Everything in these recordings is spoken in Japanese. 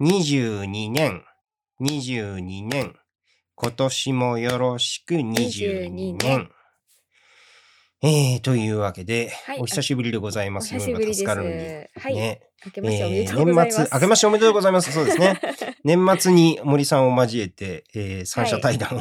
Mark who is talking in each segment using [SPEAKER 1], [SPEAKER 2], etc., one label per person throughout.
[SPEAKER 1] 22年、22年。今年もよろしく22
[SPEAKER 2] 22
[SPEAKER 1] 年
[SPEAKER 2] 年。
[SPEAKER 1] えー、というわけで、
[SPEAKER 2] はい
[SPEAKER 1] お久しぶりでござい
[SPEAKER 2] お
[SPEAKER 1] ます。
[SPEAKER 2] 久しぶりです。
[SPEAKER 1] 世の中助かるん
[SPEAKER 2] はい、
[SPEAKER 1] ね、
[SPEAKER 2] 明けましておめでとうございま
[SPEAKER 1] 年
[SPEAKER 2] す。
[SPEAKER 1] 末、 明けましておめでとうございます。そうですね。年末に森さんを交えて、えー三者対談を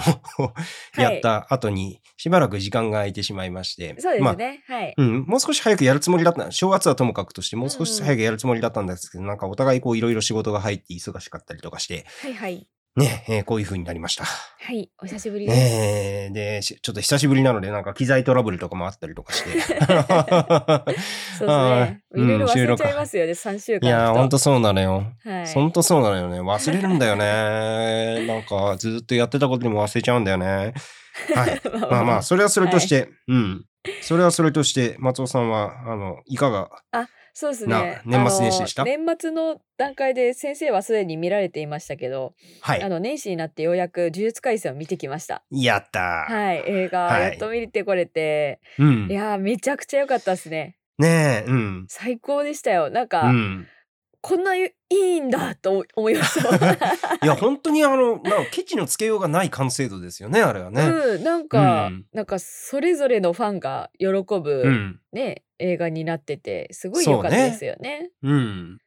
[SPEAKER 2] い
[SPEAKER 1] やった後に、しばらく時間が空いてしまいまして、
[SPEAKER 2] そうです
[SPEAKER 1] まあ
[SPEAKER 2] ね。はい。
[SPEAKER 1] うん、もう少し早くやるつもりだった、正月はともかくとして、もう少し早くやるつもりだったんですけど、なんかお互いこういろいろ仕事が入って忙しかったりとかして、
[SPEAKER 2] はいはい。
[SPEAKER 1] ね、えーこういう風になりました。
[SPEAKER 2] はい。お久しぶりです。
[SPEAKER 1] えー、で、しちょっと久しぶりなので、なんか機材トラブルとかもあったりとかして。
[SPEAKER 2] そうですね。
[SPEAKER 1] はい
[SPEAKER 2] いろいろ
[SPEAKER 1] うん
[SPEAKER 2] 忘
[SPEAKER 1] 収
[SPEAKER 2] れ
[SPEAKER 1] 録
[SPEAKER 2] ちゃいますよね。三週
[SPEAKER 1] い
[SPEAKER 2] 間。
[SPEAKER 1] やー、ほんと。そうなのよ。
[SPEAKER 2] はい。
[SPEAKER 1] ほ んとそうなのよね。忘れるんだよね。 なんか、ずっとやってたことにも忘れちゃうんだよね。 はい。まあまあ、それはそれとして、うん。それはそれとして、松尾さんは、あの、いかが
[SPEAKER 2] そうです
[SPEAKER 1] な
[SPEAKER 2] ね。
[SPEAKER 1] 年末年始でした
[SPEAKER 2] あの年末の段階で先生はすでに見られていましたけど、
[SPEAKER 1] は
[SPEAKER 2] あ
[SPEAKER 1] い。
[SPEAKER 2] の年始になってようやく呪術廻戦を見てきました。
[SPEAKER 1] やったー。
[SPEAKER 2] はい、映画、
[SPEAKER 1] はい
[SPEAKER 2] やっと見てこれて、
[SPEAKER 1] うん
[SPEAKER 2] い。やーめちゃくちゃ良かったですね。
[SPEAKER 1] ねえ、うん。
[SPEAKER 2] 最高でしたよ。なん
[SPEAKER 1] う
[SPEAKER 2] か、
[SPEAKER 1] ん。
[SPEAKER 2] こんないいんだと思思いました。
[SPEAKER 1] いや、本当にあの、なんかケチのつけようがない完成度ですよね、あれはね。
[SPEAKER 2] うん、なんか、
[SPEAKER 1] うん
[SPEAKER 2] なんかそれぞれのファンが喜ぶ、
[SPEAKER 1] うん。
[SPEAKER 2] ね映画になっててすごい良かったですよね。
[SPEAKER 1] うん。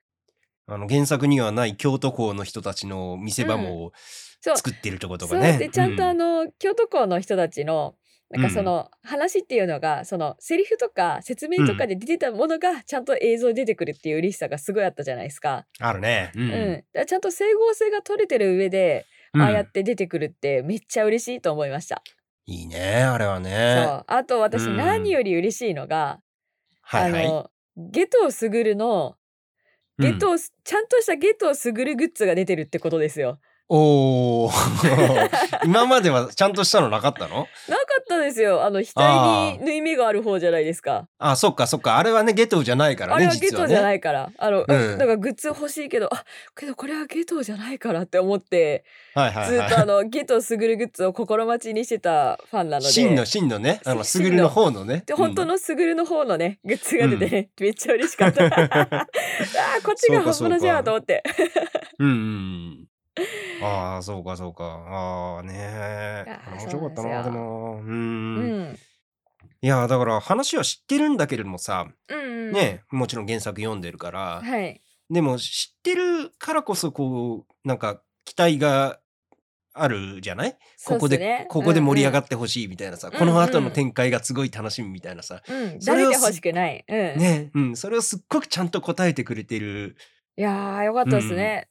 [SPEAKER 1] あの原作にはない京都校の人たちの見せ場も
[SPEAKER 2] そう
[SPEAKER 1] 作ってるとこと
[SPEAKER 2] そ
[SPEAKER 1] か
[SPEAKER 2] う
[SPEAKER 1] ね。
[SPEAKER 2] でちゃんとあ
[SPEAKER 1] の、
[SPEAKER 2] の、京都校の人たちのなんかその話っていうのが、そのセリフとか説明とかで出てたものがちゃんと映像に出てくるっていう嬉しさがすごいあったじゃないですか。
[SPEAKER 1] あるね。う
[SPEAKER 2] うんんだからちゃんと整合性が取れてる上で、
[SPEAKER 1] うん
[SPEAKER 2] ああやって出てくるってめっちゃ嬉しいと思いました。
[SPEAKER 1] いいね、あれは
[SPEAKER 2] そ
[SPEAKER 1] ね。
[SPEAKER 2] うあと私
[SPEAKER 1] うん
[SPEAKER 2] 何より嬉しいのが、
[SPEAKER 1] はいはい。
[SPEAKER 2] あのゲトウスグルの
[SPEAKER 1] う
[SPEAKER 2] ゲ
[SPEAKER 1] ん
[SPEAKER 2] トウ、ちゃんとしたゲトウスグルグッズが出てるってことですよ。
[SPEAKER 1] おー 今まではちゃんとしたのなかったの
[SPEAKER 2] なかったですよ。あの
[SPEAKER 1] あ
[SPEAKER 2] 額に縫い目がある方じゃないですか。
[SPEAKER 1] あ、そっかそっか。あれはね、ゲトウじゃないから
[SPEAKER 2] あれ
[SPEAKER 1] ね、
[SPEAKER 2] はゲ
[SPEAKER 1] 実
[SPEAKER 2] ト
[SPEAKER 1] は
[SPEAKER 2] ウじゃ
[SPEAKER 1] ね。
[SPEAKER 2] ないから、あの、
[SPEAKER 1] うん
[SPEAKER 2] なんかグッズ欲しいけど、あ、けどこれはゲトウじゃないからって思って、
[SPEAKER 1] はいはい
[SPEAKER 2] ずっ
[SPEAKER 1] は
[SPEAKER 2] とあのゲトウスグルグッズを心待ちにしてたファンな
[SPEAKER 1] い。
[SPEAKER 2] ので。
[SPEAKER 1] 真の真のね、あの、す
[SPEAKER 2] 真
[SPEAKER 1] ぐ
[SPEAKER 2] の
[SPEAKER 1] るの方のね。
[SPEAKER 2] で本当
[SPEAKER 1] うん
[SPEAKER 2] のスグルの方のねグッズが出てね、めっちゃ嬉しかっ たあーこっちが本物じゃんと思って
[SPEAKER 1] うんうんうん。ああ、そうかそうか。ああね
[SPEAKER 2] いやー
[SPEAKER 1] 面白かったな、で
[SPEAKER 2] そうなんですよ
[SPEAKER 1] も。う。
[SPEAKER 2] うんん
[SPEAKER 1] いやーだから話は知ってるんだけれどもさ、
[SPEAKER 2] うん
[SPEAKER 1] ねもちろん原作読んでるから、
[SPEAKER 2] はい
[SPEAKER 1] でも知ってるからこそこうなんか期待があるじゃない、ここで、ここで盛り上が
[SPEAKER 2] っ
[SPEAKER 1] ってほしいみたいなさ、
[SPEAKER 2] うんうん
[SPEAKER 1] この後の展開がすごい楽しみみたいなさ、
[SPEAKER 2] て、うん、
[SPEAKER 1] それ
[SPEAKER 2] 誰
[SPEAKER 1] を
[SPEAKER 2] で欲しくない、うん
[SPEAKER 1] ねうん、それをすっごくちゃんと答えてくれてる
[SPEAKER 2] いやーよかったですね、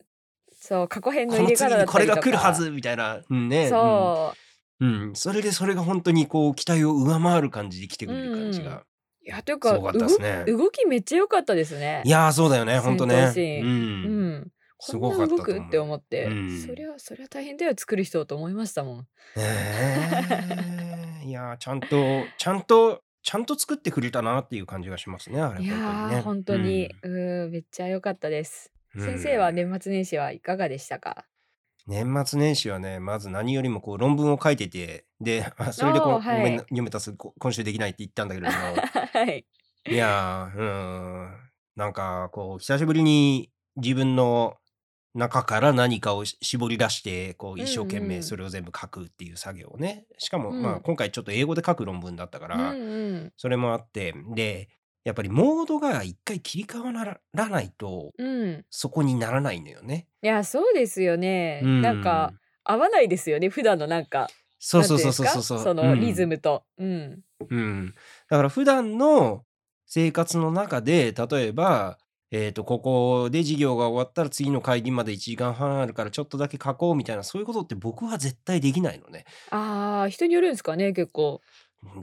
[SPEAKER 2] そう過去編の
[SPEAKER 1] こ
[SPEAKER 2] 入
[SPEAKER 1] の
[SPEAKER 2] れ
[SPEAKER 1] 次
[SPEAKER 2] 方だ
[SPEAKER 1] に
[SPEAKER 2] ったりとか
[SPEAKER 1] これが来るはずみたいな、うんね
[SPEAKER 2] そ
[SPEAKER 1] うんうん、それでそれが本当にこう期待を上回る感じで来てくれる感じ
[SPEAKER 2] うんう
[SPEAKER 1] が
[SPEAKER 2] ういやという
[SPEAKER 1] す
[SPEAKER 2] か
[SPEAKER 1] ごかったですね。
[SPEAKER 2] 動動きめっちゃ良かったですね
[SPEAKER 1] いやーそうだよね本当ね
[SPEAKER 2] 戦闘シーンう
[SPEAKER 1] うん
[SPEAKER 2] ん
[SPEAKER 1] す
[SPEAKER 2] こ
[SPEAKER 1] ご
[SPEAKER 2] ん
[SPEAKER 1] か
[SPEAKER 2] な
[SPEAKER 1] った
[SPEAKER 2] 動
[SPEAKER 1] と
[SPEAKER 2] く
[SPEAKER 1] 思
[SPEAKER 2] って
[SPEAKER 1] う。
[SPEAKER 2] 思って、
[SPEAKER 1] うん
[SPEAKER 2] そりゃそりゃ大変だよ作る人と思いましたもん
[SPEAKER 1] ね えいやーちゃんとちゃんとちゃんと作ってくれたなっていう感じがしますねあれ
[SPEAKER 2] いやー本当に,、うん、めっちゃ良かったです先生は
[SPEAKER 1] ね
[SPEAKER 2] 年末年始はいかがでしたか、
[SPEAKER 1] うん年末年始はねまず何よりもこう論文を書いててであそれでこう、
[SPEAKER 2] おーはい
[SPEAKER 1] ごめん読めたすこ今週できないって言ったんだけれども
[SPEAKER 2] はい。
[SPEAKER 1] いやーうーんなんかこう久しぶりに自分の中から何かをし絞り出してこう一生懸
[SPEAKER 2] うんう
[SPEAKER 1] 命
[SPEAKER 2] ん
[SPEAKER 1] それを全部書くっていう作業をね、しかも、
[SPEAKER 2] うん
[SPEAKER 1] まあ今回ちょっと英語で書く論文だったか
[SPEAKER 2] うん
[SPEAKER 1] ら、
[SPEAKER 2] うん
[SPEAKER 1] それもあってでやっぱりモードが一回切り替わららないと
[SPEAKER 2] うん、
[SPEAKER 1] そこにならないのよね。
[SPEAKER 2] いやそうですよね、
[SPEAKER 1] うん
[SPEAKER 2] なんか合わないですよね普段のなんか
[SPEAKER 1] そうそうそうそうそう
[SPEAKER 2] なんてい
[SPEAKER 1] う
[SPEAKER 2] んですかそのリズ、ムと、うん
[SPEAKER 1] うんうんだから普段の生活の中で例えば、えー、とここで授業が終わったら次の会議まで1時間半あるからちょっとだけ書こうみたいなそういうことって僕は絶対できないのね。
[SPEAKER 2] あー人によるんですかね結構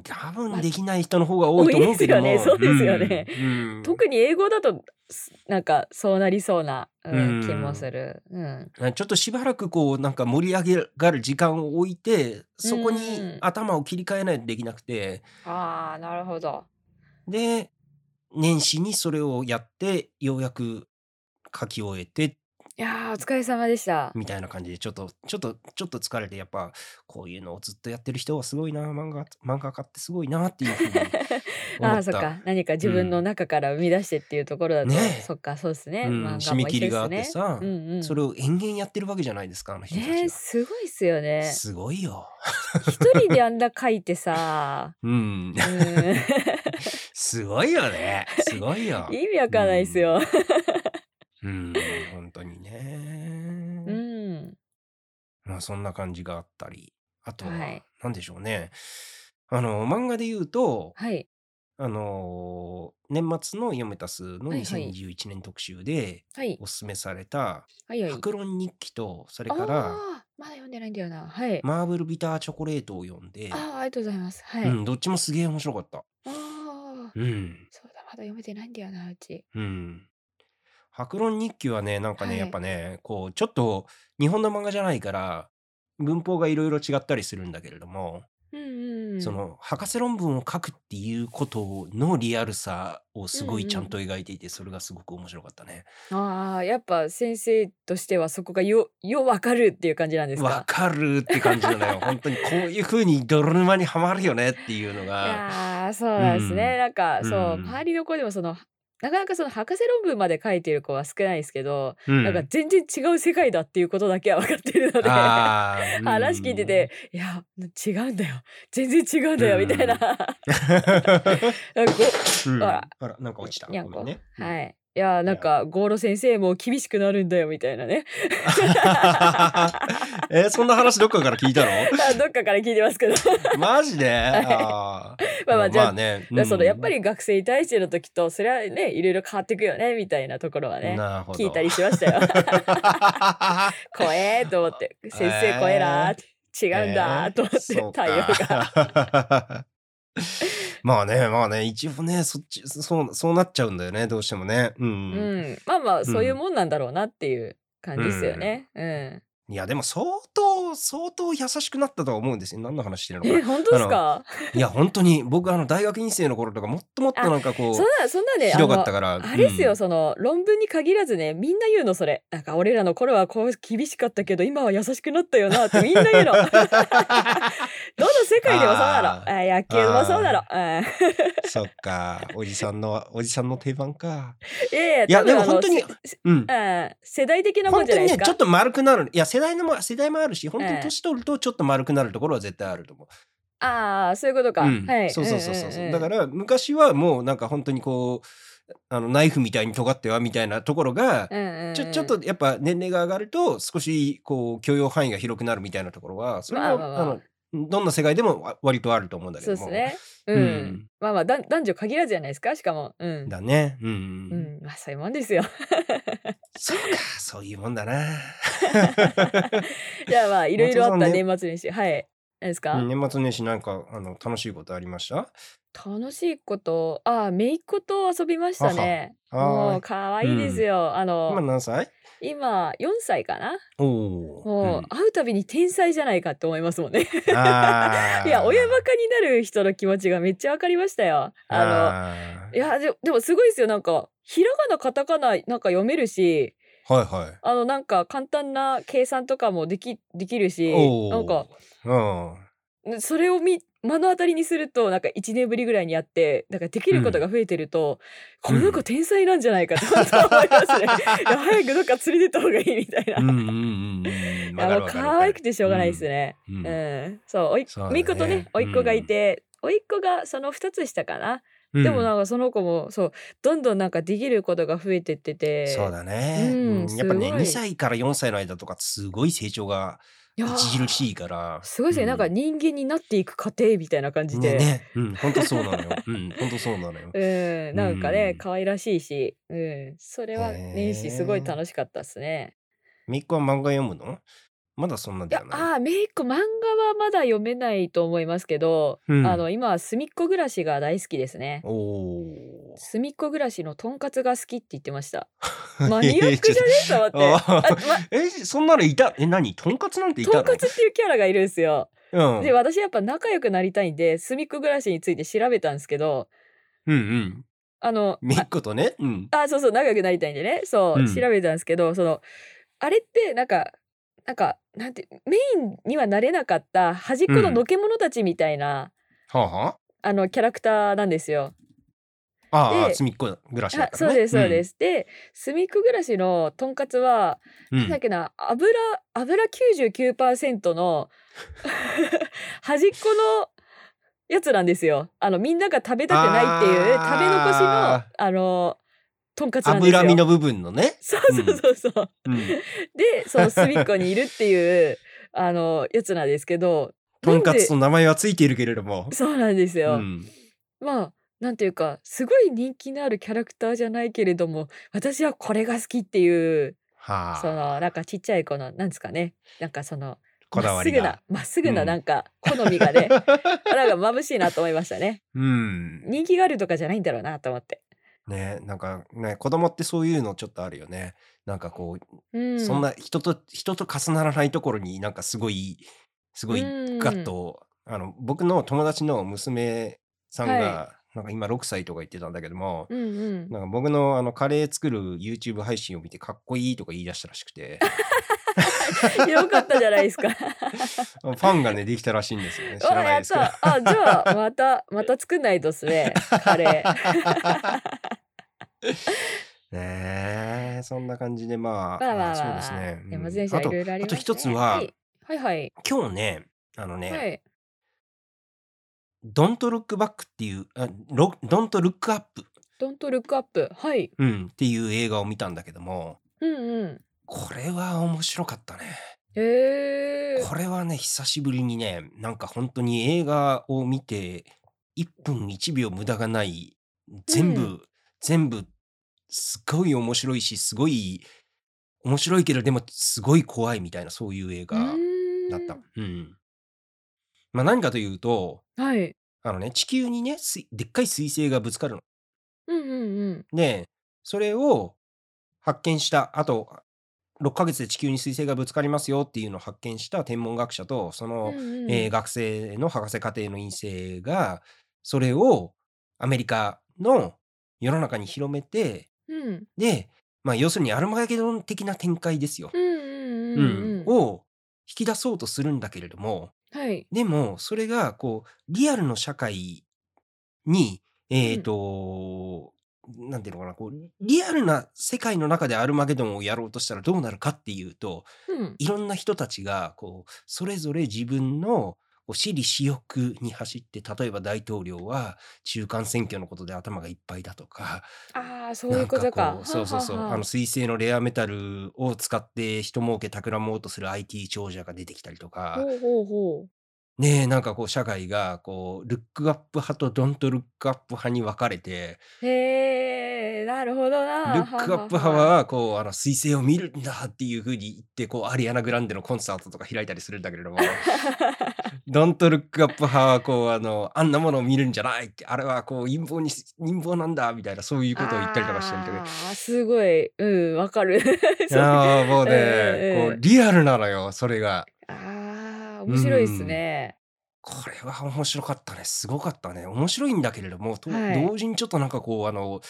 [SPEAKER 1] 多分できない人の方が多いと思うけども。
[SPEAKER 2] 多いですよねそうですよね
[SPEAKER 1] うんうん
[SPEAKER 2] 特に英語だとすなんかそうなりそうな、うん
[SPEAKER 1] うん
[SPEAKER 2] 気もする、うん、
[SPEAKER 1] あちょっとしばらくこうなんか盛り上がる時間を置いてそこ
[SPEAKER 2] う
[SPEAKER 1] に
[SPEAKER 2] ん
[SPEAKER 1] 頭を切り替えないとできなくて
[SPEAKER 2] あーなるほど
[SPEAKER 1] で年始にそれをやってようやく書き終えて
[SPEAKER 2] いやーお疲れ様でした。
[SPEAKER 1] みたいな感じで、ちょっと、ちょっと、ちょっと疲れて、やっぱ、こういうのをずっとやってる人はすごいな、漫画、漫画家ってすごいなっていう ふうに
[SPEAKER 2] あ
[SPEAKER 1] 思
[SPEAKER 2] あ
[SPEAKER 1] っ。
[SPEAKER 2] そったか何か自分の中から生み出してっていうところだと、
[SPEAKER 1] ねえ
[SPEAKER 2] そっかそうですね、
[SPEAKER 1] うん
[SPEAKER 2] 漫画も一緒
[SPEAKER 1] 締め切りがあっ
[SPEAKER 2] で
[SPEAKER 1] て
[SPEAKER 2] す
[SPEAKER 1] さ、
[SPEAKER 2] ねうんうん、
[SPEAKER 1] それを延々やってるわけじゃないですか、あの人たちが
[SPEAKER 2] ねえすごいっすよね
[SPEAKER 1] すごいよ。
[SPEAKER 2] 一人であんな書い てさ、
[SPEAKER 1] うん
[SPEAKER 2] う。ん、。
[SPEAKER 1] すごいよね。すごいよ
[SPEAKER 2] 意味わかん ないっすよ、
[SPEAKER 1] うん、本当にね。
[SPEAKER 2] うん、
[SPEAKER 1] まあそんな感じがあったり、あとは
[SPEAKER 2] はい、
[SPEAKER 1] なんでしょうね。あの、漫画で言うと、
[SPEAKER 2] はい
[SPEAKER 1] あのー、年末の読めたすの
[SPEAKER 2] はいはい
[SPEAKER 1] 2021年特集で
[SPEAKER 2] はい
[SPEAKER 1] おすすめされた、
[SPEAKER 2] はいはい
[SPEAKER 1] 白論日記と、それ
[SPEAKER 2] ああー
[SPEAKER 1] から、
[SPEAKER 2] まだ読んでないんだよなはい、
[SPEAKER 1] マーブルビターチョコレートを読んで
[SPEAKER 2] あ、あありがとうございますはい、
[SPEAKER 1] うん、どっちもすげえ面白かった。
[SPEAKER 2] ああ
[SPEAKER 1] うん、
[SPEAKER 2] そうだまだ読めてないんだよなうち
[SPEAKER 1] うん。白論日記はね、なんかね、
[SPEAKER 2] はい
[SPEAKER 1] やっぱね、こう、ちょっと日本の漫画じゃないから、文法がいろいろ違ったりするんだけれども、
[SPEAKER 2] うんうん
[SPEAKER 1] その博士論文を書くっていうことのリアルさをすごいちゃんと描いていて、それがすごく面白かったね。
[SPEAKER 2] ああやっぱ先生としてはそこがよよわかるっていう感じなんです
[SPEAKER 1] わ
[SPEAKER 2] か
[SPEAKER 1] かるって感じなのよ。 本当にこういう風に泥沼にはまるよねっていうの
[SPEAKER 2] い
[SPEAKER 1] が。
[SPEAKER 2] やーそうなんですね、
[SPEAKER 1] うん
[SPEAKER 2] なんかそう、
[SPEAKER 1] うん
[SPEAKER 2] 周りの子でもそのなかなかその博士論文まで書いてる子は少ないですけど、
[SPEAKER 1] うん
[SPEAKER 2] なんか全然違う世界だっていうことだけは分かってるので
[SPEAKER 1] あー
[SPEAKER 2] 話聞いてて、いや違うんだよ全然違うんだよ、
[SPEAKER 1] うん
[SPEAKER 2] みたい ななんか
[SPEAKER 1] うんうん
[SPEAKER 2] ほ
[SPEAKER 1] あ
[SPEAKER 2] ら
[SPEAKER 1] らなんか落ちた。
[SPEAKER 2] にゃん
[SPEAKER 1] ごめ
[SPEAKER 2] こ、
[SPEAKER 1] んね。うん
[SPEAKER 2] はいいやーなんか郷路先生も厳しくなるんだよみたいなね
[SPEAKER 1] えそんな話どっかから聞いたの
[SPEAKER 2] あどっかから聞いてますけど
[SPEAKER 1] マジで、あー
[SPEAKER 2] まあまあじゃあ
[SPEAKER 1] ね、
[SPEAKER 2] だからそのやっぱ
[SPEAKER 1] り
[SPEAKER 2] り学生に対しての時とそれはねいろいろ変わっていくよねみたいなところはね
[SPEAKER 1] なるほど
[SPEAKER 2] 聞 いたりしましたよ怖えと思って先生怖えなーって違うんだーと思って、対応が
[SPEAKER 1] が。 まあねまあね一応ねそっちそうそうなっちゃうんだよねどうしてもね。うん
[SPEAKER 2] う、んまあまあそういうもんなんだろうなっていう感じですよねうん、
[SPEAKER 1] いやでも相当相当優しくなったとは思うんですよ何の話してるのか
[SPEAKER 2] え
[SPEAKER 1] な。
[SPEAKER 2] 本当ですか
[SPEAKER 1] いや本当に僕あの大学院生の頃とかもっともっとなんかこう
[SPEAKER 2] そんなそんなね
[SPEAKER 1] ひ
[SPEAKER 2] あ
[SPEAKER 1] どかったか
[SPEAKER 2] の
[SPEAKER 1] ら。
[SPEAKER 2] あれですよ、
[SPEAKER 1] うん
[SPEAKER 2] その論文に限らずねみんな言うのそれなんか俺らの頃はこう厳しかったけど今は優しくなったよ なってみんな言うのどの世界でもそうだろ
[SPEAKER 1] あ
[SPEAKER 2] あ野球もそうだろあ
[SPEAKER 1] そっかおじさんのおじさんの定番か。
[SPEAKER 2] いやい
[SPEAKER 1] いや
[SPEAKER 2] や多
[SPEAKER 1] で
[SPEAKER 2] 分
[SPEAKER 1] も
[SPEAKER 2] あの
[SPEAKER 1] 本当に
[SPEAKER 2] せ
[SPEAKER 1] うん。
[SPEAKER 2] あ世代的なも
[SPEAKER 1] 本
[SPEAKER 2] んじゃ
[SPEAKER 1] 当に
[SPEAKER 2] ないで
[SPEAKER 1] ね
[SPEAKER 2] すか
[SPEAKER 1] ちょっと丸くなるいや世代のも世代もあるし本当
[SPEAKER 2] え
[SPEAKER 1] に
[SPEAKER 2] え
[SPEAKER 1] 年取るとちょっと丸くなるところは絶対あると思う。
[SPEAKER 2] ああそういうことか、
[SPEAKER 1] うん
[SPEAKER 2] はい
[SPEAKER 1] そうそうそうそう,、
[SPEAKER 2] んんん
[SPEAKER 1] だから昔はもうなんか本当にこうあのナイフみたいに尖ってはみたいなところが、
[SPEAKER 2] うんうんうん
[SPEAKER 1] ちょちょっとやっぱ年齢が上がると少しこう許容範囲が広くなるみたいなところはそれは、
[SPEAKER 2] まあまあまあ
[SPEAKER 1] のどんな世界でもわ割とあると思うんだけ
[SPEAKER 2] そう
[SPEAKER 1] ども
[SPEAKER 2] ですねうん、
[SPEAKER 1] うん
[SPEAKER 2] まあまあだん男女限らずじゃないですかしかもうん
[SPEAKER 1] だねうん、
[SPEAKER 2] うんまあそういうもんですよ
[SPEAKER 1] そうかそういうもんだな
[SPEAKER 2] じゃあまあいろいろあっ
[SPEAKER 1] 松
[SPEAKER 2] た
[SPEAKER 1] 尾さん
[SPEAKER 2] 年末年始はい何ですか、
[SPEAKER 1] うん年末年始なんかあの楽しいことありました
[SPEAKER 2] 楽しいことああ姪っ子と遊びましたねも
[SPEAKER 1] は
[SPEAKER 2] う
[SPEAKER 1] い
[SPEAKER 2] 可愛いですよ、あ
[SPEAKER 1] 今
[SPEAKER 2] の
[SPEAKER 1] 何歳
[SPEAKER 2] 今4歳かな
[SPEAKER 1] おお
[SPEAKER 2] もう、会うたびに天才じゃないかって思いますも んね
[SPEAKER 1] うんあー
[SPEAKER 2] いや親バカになる人の気持ちがめっちゃわかりましたよあの
[SPEAKER 1] ー
[SPEAKER 2] いやででもすごいですよなんかひらがなカタカナなんか読めるし
[SPEAKER 1] はいはい
[SPEAKER 2] あのなんか簡単な計算とかもできできるし
[SPEAKER 1] おー
[SPEAKER 2] なんか
[SPEAKER 1] うん
[SPEAKER 2] それを見目の当たりにするとなんか1年ぶりぐらいにやってなんかできることが増えてると、
[SPEAKER 1] うん
[SPEAKER 2] この子天才なんじゃないかって本当は思いま すね。いや早くどっか連れてった方がいいみたいな。
[SPEAKER 1] うんうんうん うんわ
[SPEAKER 2] あ
[SPEAKER 1] かる
[SPEAKER 2] の
[SPEAKER 1] わかる
[SPEAKER 2] 可愛くてしょうがないです。ね。
[SPEAKER 1] うんう
[SPEAKER 2] うん、
[SPEAKER 1] ん
[SPEAKER 2] そうおい
[SPEAKER 1] そうだね
[SPEAKER 2] みっことねおいっ子がいて、おいっ子がその2つしたかな。でもなんかその子もそうどんどんなんかできることが増えてってて
[SPEAKER 1] そうだね、
[SPEAKER 2] うん
[SPEAKER 1] うんやっぱね
[SPEAKER 2] すごい
[SPEAKER 1] 2歳から4歳の間とかすごい成長が
[SPEAKER 2] いやー
[SPEAKER 1] 著しいから
[SPEAKER 2] すごいですね、
[SPEAKER 1] うん
[SPEAKER 2] なんか人間になっていく過程みたいな感じで、
[SPEAKER 1] ねねうん本当そうなのようん本当そうなのよ
[SPEAKER 2] うんなんかね、
[SPEAKER 1] うん
[SPEAKER 2] 可愛らしいし、うん、それは年始すごい楽しかったですね。
[SPEAKER 1] みっこは漫画読むのまだそんないで
[SPEAKER 2] や
[SPEAKER 1] はない
[SPEAKER 2] あーめいっ子漫画はまだ読めないと思いますけど、
[SPEAKER 1] うん
[SPEAKER 2] あの今は隅っこ暮らしが大好きですね。
[SPEAKER 1] おー
[SPEAKER 2] 隅っこ暮らしのとんかつが好きって言って ました。マニアックじゃねと思って。
[SPEAKER 1] あー
[SPEAKER 2] あ ま
[SPEAKER 1] えそんなのいたえ何とんかつなんていた
[SPEAKER 2] と
[SPEAKER 1] の
[SPEAKER 2] んかつっていうキャラがいるんですよ。
[SPEAKER 1] うん
[SPEAKER 2] で私やっぱ仲良くなりたいんで隅っこ暮らしについて調べたんですけど
[SPEAKER 1] うんうん
[SPEAKER 2] あの
[SPEAKER 1] みっことねうん
[SPEAKER 2] あそうそう仲良くなりたいんでねそ
[SPEAKER 1] う
[SPEAKER 2] う、
[SPEAKER 1] ん
[SPEAKER 2] 調べたんですけどそのあれってなんかなんかなんてメインにはなれなかった端っこののけ者たちみたいな、
[SPEAKER 1] はあ、は
[SPEAKER 2] あのキャラクターなんですよ。
[SPEAKER 1] あ、あああ
[SPEAKER 2] で
[SPEAKER 1] あ、隅っこ暮らしだ
[SPEAKER 2] あ
[SPEAKER 1] から、ね。
[SPEAKER 2] そうですそうで。す。で隅っこ暮らしのとんかつは
[SPEAKER 1] うん。う
[SPEAKER 2] なんだっ
[SPEAKER 1] ん、
[SPEAKER 2] けな油油99%の 端っこのやつなんですよあのみんなが食べたくないっていう
[SPEAKER 1] あー
[SPEAKER 2] 食べ残しのあのとんかつなんですよ
[SPEAKER 1] 脂身の部分のね。
[SPEAKER 2] そうそうそうそう、
[SPEAKER 1] うん。
[SPEAKER 2] でその隅っこにいるって いうあのやつなんですけど
[SPEAKER 1] とんかつ
[SPEAKER 2] な
[SPEAKER 1] の名前はついているけれども
[SPEAKER 2] で。そうなんです
[SPEAKER 1] う
[SPEAKER 2] よ、
[SPEAKER 1] ん。
[SPEAKER 2] まあなんていうかすごい人気のあるキャラクターじゃないけれども私はこれが好きっていう
[SPEAKER 1] は
[SPEAKER 2] そ
[SPEAKER 1] あ。
[SPEAKER 2] のなんかちっちゃい子のなんですかねなんかその
[SPEAKER 1] こだわりが。
[SPEAKER 2] まっすぐなまっすぐな
[SPEAKER 1] うん
[SPEAKER 2] なんか好 みがね、なんか眩しいなと思いましたね
[SPEAKER 1] うん。
[SPEAKER 2] 人気があるとかじゃないんだろうなと思って、
[SPEAKER 1] ねなんかね子供ってそういうのちょっとあるよねなんかこう、
[SPEAKER 2] うん、
[SPEAKER 1] そんな人と人と重ならないところになんかすごいすごい
[SPEAKER 2] うん
[SPEAKER 1] ガッと、あの僕の友達の娘さんが、
[SPEAKER 2] は
[SPEAKER 1] なんか今6歳とか言ってたんだけども、
[SPEAKER 2] うんうん
[SPEAKER 1] なんか僕のあのカレー作る YouTube 配信を見てかっこいいとか言い出したらしく て
[SPEAKER 2] よかったじゃないですか
[SPEAKER 1] ファンがねできたらしいんです よね知
[SPEAKER 2] わ
[SPEAKER 1] ら
[SPEAKER 2] あ
[SPEAKER 1] ない
[SPEAKER 2] や
[SPEAKER 1] で
[SPEAKER 2] っ
[SPEAKER 1] すけど
[SPEAKER 2] たあじゃあまたまた作んないとっす ねカレー
[SPEAKER 1] ねえそんな感じでまあ
[SPEAKER 2] まあまあまあ
[SPEAKER 1] そうですね、うん
[SPEAKER 2] 山善者
[SPEAKER 1] あ
[SPEAKER 2] い
[SPEAKER 1] と
[SPEAKER 2] ろいろあり
[SPEAKER 1] あ
[SPEAKER 2] ます
[SPEAKER 1] と
[SPEAKER 2] ね
[SPEAKER 1] 一つは、
[SPEAKER 2] い、はいはい
[SPEAKER 1] 今日ねあのね、
[SPEAKER 2] はい
[SPEAKER 1] ドントルックバックっていう、あロドントルックアップ、
[SPEAKER 2] ドントルックアップはい
[SPEAKER 1] うん、っていう映画を見たんだけども、
[SPEAKER 2] うんうん
[SPEAKER 1] これは面白かったね。
[SPEAKER 2] へえ
[SPEAKER 1] これはね、久しぶりにね、なんか本当に映画を見て、1分1秒無駄がない、全部、
[SPEAKER 2] うん
[SPEAKER 1] 全部、すごい面白いし、すごい、面白いけど、でもすごい怖いみたいな、そういう映画だった。うん。まあ何かというと、
[SPEAKER 2] はい
[SPEAKER 1] あのね、地球にね、水でっかい彗星がぶつかるの。
[SPEAKER 2] うんうんうん
[SPEAKER 1] で、それを発見した、あと、6ヶ月で地球に彗星がぶつかりますよっていうのを発見した天文学者と、その、
[SPEAKER 2] うんうん
[SPEAKER 1] えー学生の博士課程の院生が、それをアメリカの世の中に広めて、
[SPEAKER 2] うん
[SPEAKER 1] で、まあ、要するにアルマゲドン的な展開ですよ。
[SPEAKER 2] うんうんうんうん
[SPEAKER 1] を引き出そうとするんだけれども、
[SPEAKER 2] はい
[SPEAKER 1] でもそれがこうリアルの社会にえっ、
[SPEAKER 2] うん
[SPEAKER 1] と、なんていうのかなこうリアルな世界の中でアルマゲドンをやろうとしたらどうなるかっていうと
[SPEAKER 2] うん
[SPEAKER 1] いろんな人たちがこうそれぞれ自分のこう私利私欲に走って例えば大統領は中間選挙のことで頭がいっぱいだとか
[SPEAKER 2] ああ そう
[SPEAKER 1] ない
[SPEAKER 2] うんこ
[SPEAKER 1] か
[SPEAKER 2] とか
[SPEAKER 1] こうそうそうそうあの水星のレアメタルを使って人儲け企もうとする IT 長者が出てきたりとか。
[SPEAKER 2] ほうほうほう
[SPEAKER 1] ねえなんかこう社会がこうルックアップ派とドントルックアップ派に分かれて
[SPEAKER 2] へえなるほど
[SPEAKER 1] ルッ
[SPEAKER 2] な
[SPEAKER 1] クアップ派はこうあの彗星を見るんだっていうふうに言ってこうアリアナ・グランデのコンサートとか開いたりするんだけれどもドントルックアップ派はこうあのあんなものを見るんじゃないってあれはこう陰謀に陰謀なんだみたいなそういうことを言ったりとかしてると
[SPEAKER 2] あーすごいうんわかるそうあ
[SPEAKER 1] ああ もうね、
[SPEAKER 2] うんうんうん
[SPEAKER 1] こうリアルなのよそれが。
[SPEAKER 2] あ面白いですね、
[SPEAKER 1] これは面白かったね。すごかったね。面白いんだけれども、と
[SPEAKER 2] はい
[SPEAKER 1] 同時にちょっとなんかこう、あの、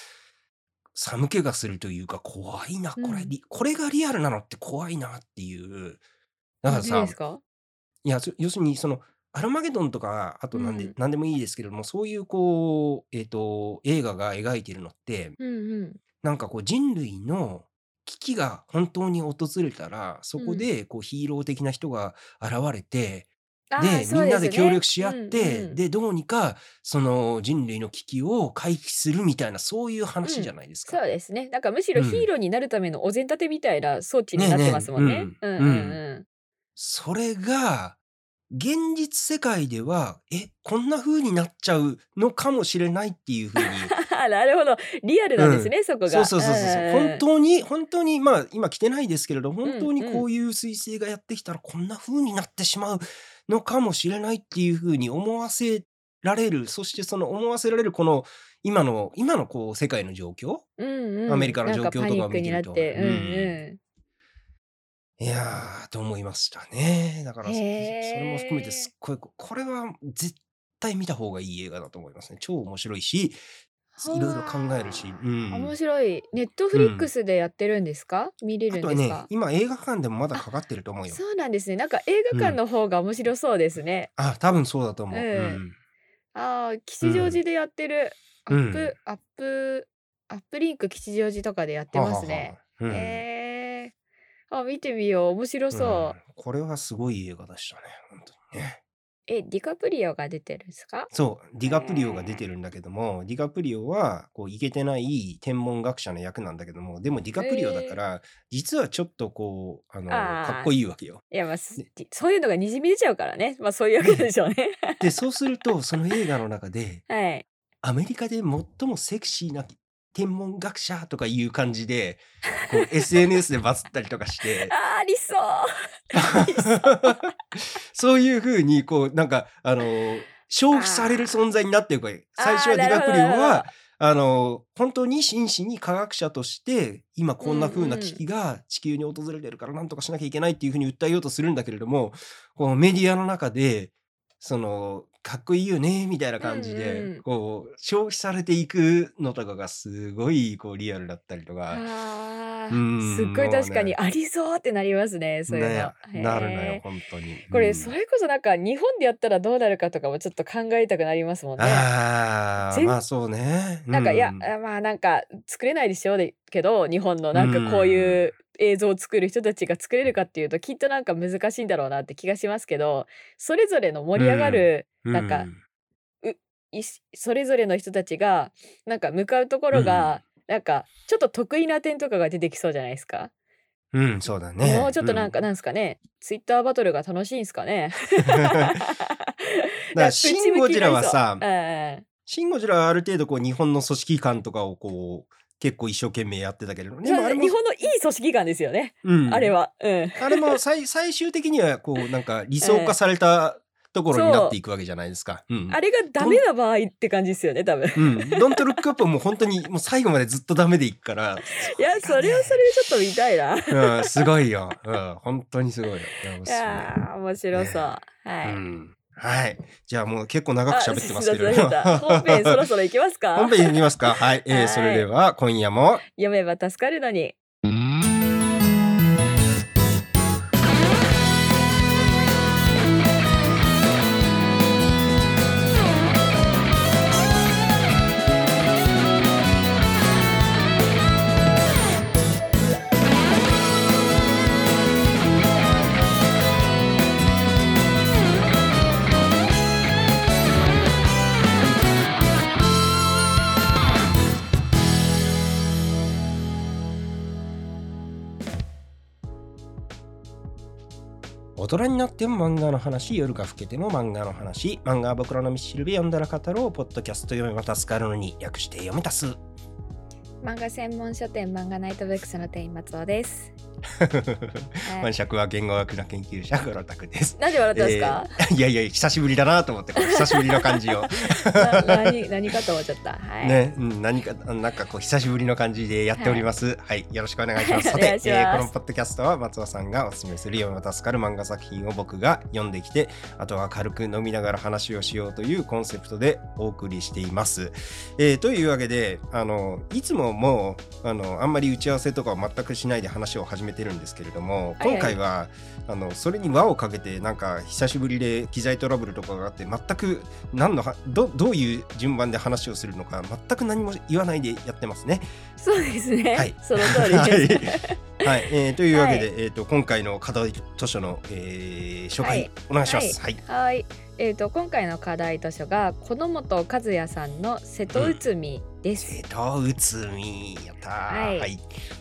[SPEAKER 1] 寒気がするというか、怖いな。これ、
[SPEAKER 2] うん
[SPEAKER 1] りこれがリアルなのって怖いなっていう。だか
[SPEAKER 2] マ
[SPEAKER 1] ら
[SPEAKER 2] ジ
[SPEAKER 1] さ
[SPEAKER 2] で、すか
[SPEAKER 1] いや、そ要するにその、アルマゲドンとか、あとなんで、
[SPEAKER 2] うん
[SPEAKER 1] なんでもいいですけれども、そういうこう、えっ、と、映画が描いてるのって、
[SPEAKER 2] うんうん
[SPEAKER 1] なんかこう、人類の危機が本当に訪れたら、そこでこう、ヒーロー的な人が現れて、
[SPEAKER 2] あー
[SPEAKER 1] で
[SPEAKER 2] そう
[SPEAKER 1] みんな
[SPEAKER 2] す
[SPEAKER 1] で
[SPEAKER 2] ね
[SPEAKER 1] 協力し合って、
[SPEAKER 2] うんうん
[SPEAKER 1] でどうにかその人類の危機を回避するみたいなそういう話じゃないですか。
[SPEAKER 2] そうですねなんかむしろ
[SPEAKER 1] うん
[SPEAKER 2] ヒーローになるためのお膳立てみたいな装置になってますもんね
[SPEAKER 1] ね
[SPEAKER 2] う
[SPEAKER 1] え
[SPEAKER 2] ん
[SPEAKER 1] ねえうん
[SPEAKER 2] うんうん
[SPEAKER 1] それが現実世界ではえこんな風になっちゃうのかもしれないっていう 風に
[SPEAKER 2] なるほどリアルなんですね、そこが
[SPEAKER 1] そうそうそうそう
[SPEAKER 2] うんうん
[SPEAKER 1] 本当に本当にまあ今来てないですけれど本当にこういう彗星がやってきたらこんな風になってしまうのかもしれないっていう風に思わせられるそしてその思わせられるこの今の今のこう世界の状況
[SPEAKER 2] うんうん
[SPEAKER 1] アメリカの状況とかを
[SPEAKER 2] なんパニックになっ
[SPEAKER 1] 見て
[SPEAKER 2] て
[SPEAKER 1] ると
[SPEAKER 2] うん
[SPEAKER 1] いやーと思いましたね。だからそそ
[SPEAKER 2] へー
[SPEAKER 1] れも含めてすっごいここれは絶対見た方がいい映画だと思いますね。超面白いし
[SPEAKER 2] はあ
[SPEAKER 1] いろいろ考えるし、うん
[SPEAKER 2] 面白い。ネットフリックスでやってるんですか、見れる
[SPEAKER 1] あ
[SPEAKER 2] ん
[SPEAKER 1] と
[SPEAKER 2] で
[SPEAKER 1] は
[SPEAKER 2] す
[SPEAKER 1] ね
[SPEAKER 2] か、
[SPEAKER 1] 今映画館でもまだかかってると思うよ。
[SPEAKER 2] そうなんですね。なんか映画館の方が面白そうですね。
[SPEAKER 1] あ、多分そうだと思う。
[SPEAKER 2] ええ
[SPEAKER 1] うん
[SPEAKER 2] ああ、吉祥寺でやってる。
[SPEAKER 1] うん
[SPEAKER 2] アップ、
[SPEAKER 1] うん
[SPEAKER 2] アップ、アップリンク吉祥寺とかでやってますね。。
[SPEAKER 1] はあはあうん
[SPEAKER 2] えー、あ、見てみよう。面白そう。
[SPEAKER 1] うんこれはすごい映画でしたね。本当にね。
[SPEAKER 2] え、ディカプリオが出てるんですか
[SPEAKER 1] そう、ディカプリオが出てるんだけども、ディカプリオは、こう、いけてない天文学者の役なんだけども、でもディカプリオだから、実はちょっとこう、あの、
[SPEAKER 2] あー
[SPEAKER 1] かっこいいわけよ。
[SPEAKER 2] いや、まあ、す
[SPEAKER 1] ね
[SPEAKER 2] そういうのがにじみ出ちゃうからね。まあ、そういうわけ でしょうね。
[SPEAKER 1] で、そうすると、その映画の中で、
[SPEAKER 2] はい。
[SPEAKER 1] アメリカで最もセクシーな天文学者とかいう感じで、こう、SNS でバズったりとかして、
[SPEAKER 2] あー、ありそう。
[SPEAKER 1] そういうふうにこうなんかあの消費される存在になってるから最初はディカプリオ
[SPEAKER 2] あーなるほどなる
[SPEAKER 1] はあの本当に真摯に科学者として今こんな風な危機が地球に訪れてるからなんとかしなきゃいけないっていうふうに訴えようとするんだけれどもこのメディアの中でそのかっこいいよねみたいな感じで、
[SPEAKER 2] うんうん
[SPEAKER 1] こう消費されていくのとかがすごいこうリアルだったりとか。
[SPEAKER 2] あ
[SPEAKER 1] う
[SPEAKER 2] ー
[SPEAKER 1] ん
[SPEAKER 2] すっごい確かに
[SPEAKER 1] も
[SPEAKER 2] ありそうってなりますね。そういうの。
[SPEAKER 1] ねなるの
[SPEAKER 2] へー
[SPEAKER 1] よ本当に。
[SPEAKER 2] こ
[SPEAKER 1] う
[SPEAKER 2] れ
[SPEAKER 1] ん
[SPEAKER 2] それこそなんか日本でやったらどうなるかとかもちょっと考えたくなりますもんね。
[SPEAKER 1] ああ、
[SPEAKER 2] 全
[SPEAKER 1] まあそうね。
[SPEAKER 2] なんかいや、
[SPEAKER 1] う
[SPEAKER 2] あまあなんか作れないでしょうでけど日本のなんかこういう映像を作る人たちが作れるかっていうときっとなんか難しいんだろうなって気がしますけどそれぞれの盛り上がる、なんかいしそれぞれの人たちがなんか向かうところが、なんかちょっと得意な点とかが出てきそうじゃないですか。
[SPEAKER 1] うん、うんそうだね。
[SPEAKER 2] もうちょっとなんかなんですかね、ツイッターバトルが楽しいんですかね。
[SPEAKER 1] うん。 だからシン・ゴジラはさ
[SPEAKER 2] う、ん
[SPEAKER 1] シン・ゴジラはある程度こう日本の組織感とかをこう結構一生懸命やってたけれども、
[SPEAKER 2] そ
[SPEAKER 1] で
[SPEAKER 2] う
[SPEAKER 1] もあれも
[SPEAKER 2] 日、本のいい組織感ですよね、
[SPEAKER 1] うん
[SPEAKER 2] あれ。は。うん、
[SPEAKER 1] あれも最 最終的にはこうなんか理想化されたところになっていくわけじゃないですか。うん
[SPEAKER 2] あれがダメな場合って感じですよね多分。
[SPEAKER 1] うん、ドントルックアップはもう本当にもう最後までずっとダメでいくから、
[SPEAKER 2] いやそれはそれでちょっと見たいな。い
[SPEAKER 1] うん、すごいよ、うん、本当にすごいよ。いやおすすめ
[SPEAKER 2] やー面白そう。はい。
[SPEAKER 1] うんはい。じゃあもう結構長く
[SPEAKER 2] あ
[SPEAKER 1] 喋ってますけれ
[SPEAKER 2] そ
[SPEAKER 1] ど
[SPEAKER 2] うだそうだ 本編そろそろ行きますか
[SPEAKER 1] 本編いきますか。 はい。え
[SPEAKER 2] は
[SPEAKER 1] ー、
[SPEAKER 2] い
[SPEAKER 1] それでは今夜も。
[SPEAKER 2] 読めば助かるのに。
[SPEAKER 1] 大人になっても漫画の話、夜が更けても漫画の話、漫画は僕らの道しるべ読んだら語ろう、ポッドキャスト読めば助かるのに、略して読めたす。
[SPEAKER 2] 漫画専門書店漫画ナイトブックスの店員松尾です。はい
[SPEAKER 1] 晩酌は言語学の研究者、黒拓です。
[SPEAKER 2] なんで笑ったんですか？
[SPEAKER 1] いやいや、久しぶりだなと思って、こう久しぶりの感じを。
[SPEAKER 2] な何 何かと思っちゃった。はい。
[SPEAKER 1] ね、うん、何か、なんかこう久しぶりの感じでやっております。はい、よろしくお願いしま す。
[SPEAKER 2] お
[SPEAKER 1] さ
[SPEAKER 2] 願
[SPEAKER 1] て
[SPEAKER 2] い、します
[SPEAKER 1] えーこのポッドキャストは松尾さんがおすすめする読み渡すかる漫画作品を僕が読んできて、あとは軽く飲みながら話をしようというコンセプトでお送りしています。えーというわけで、あの、いつももう、あの、あんまり打ち合わせとかを全くしないで話を始めてるんですけれども、
[SPEAKER 2] はいはい
[SPEAKER 1] 今回は、あの、それに輪をかけて、なんか久しぶりで機材トラブルとかがあって、全く何のはどどういう順番で話をするのか全く何も言わないでやってますね。
[SPEAKER 2] そうですね。
[SPEAKER 1] はい
[SPEAKER 2] その通りです。
[SPEAKER 1] はい、はいえーというわけで、
[SPEAKER 2] は
[SPEAKER 1] えー、と今回の課題図書の、えー紹
[SPEAKER 2] は
[SPEAKER 1] 介
[SPEAKER 2] い
[SPEAKER 1] お願いします。はい、
[SPEAKER 2] はい。えっ、と今回の課題図書が子供と和也さんの瀬戸内海です。
[SPEAKER 1] 瀬戸内海やったー
[SPEAKER 2] はい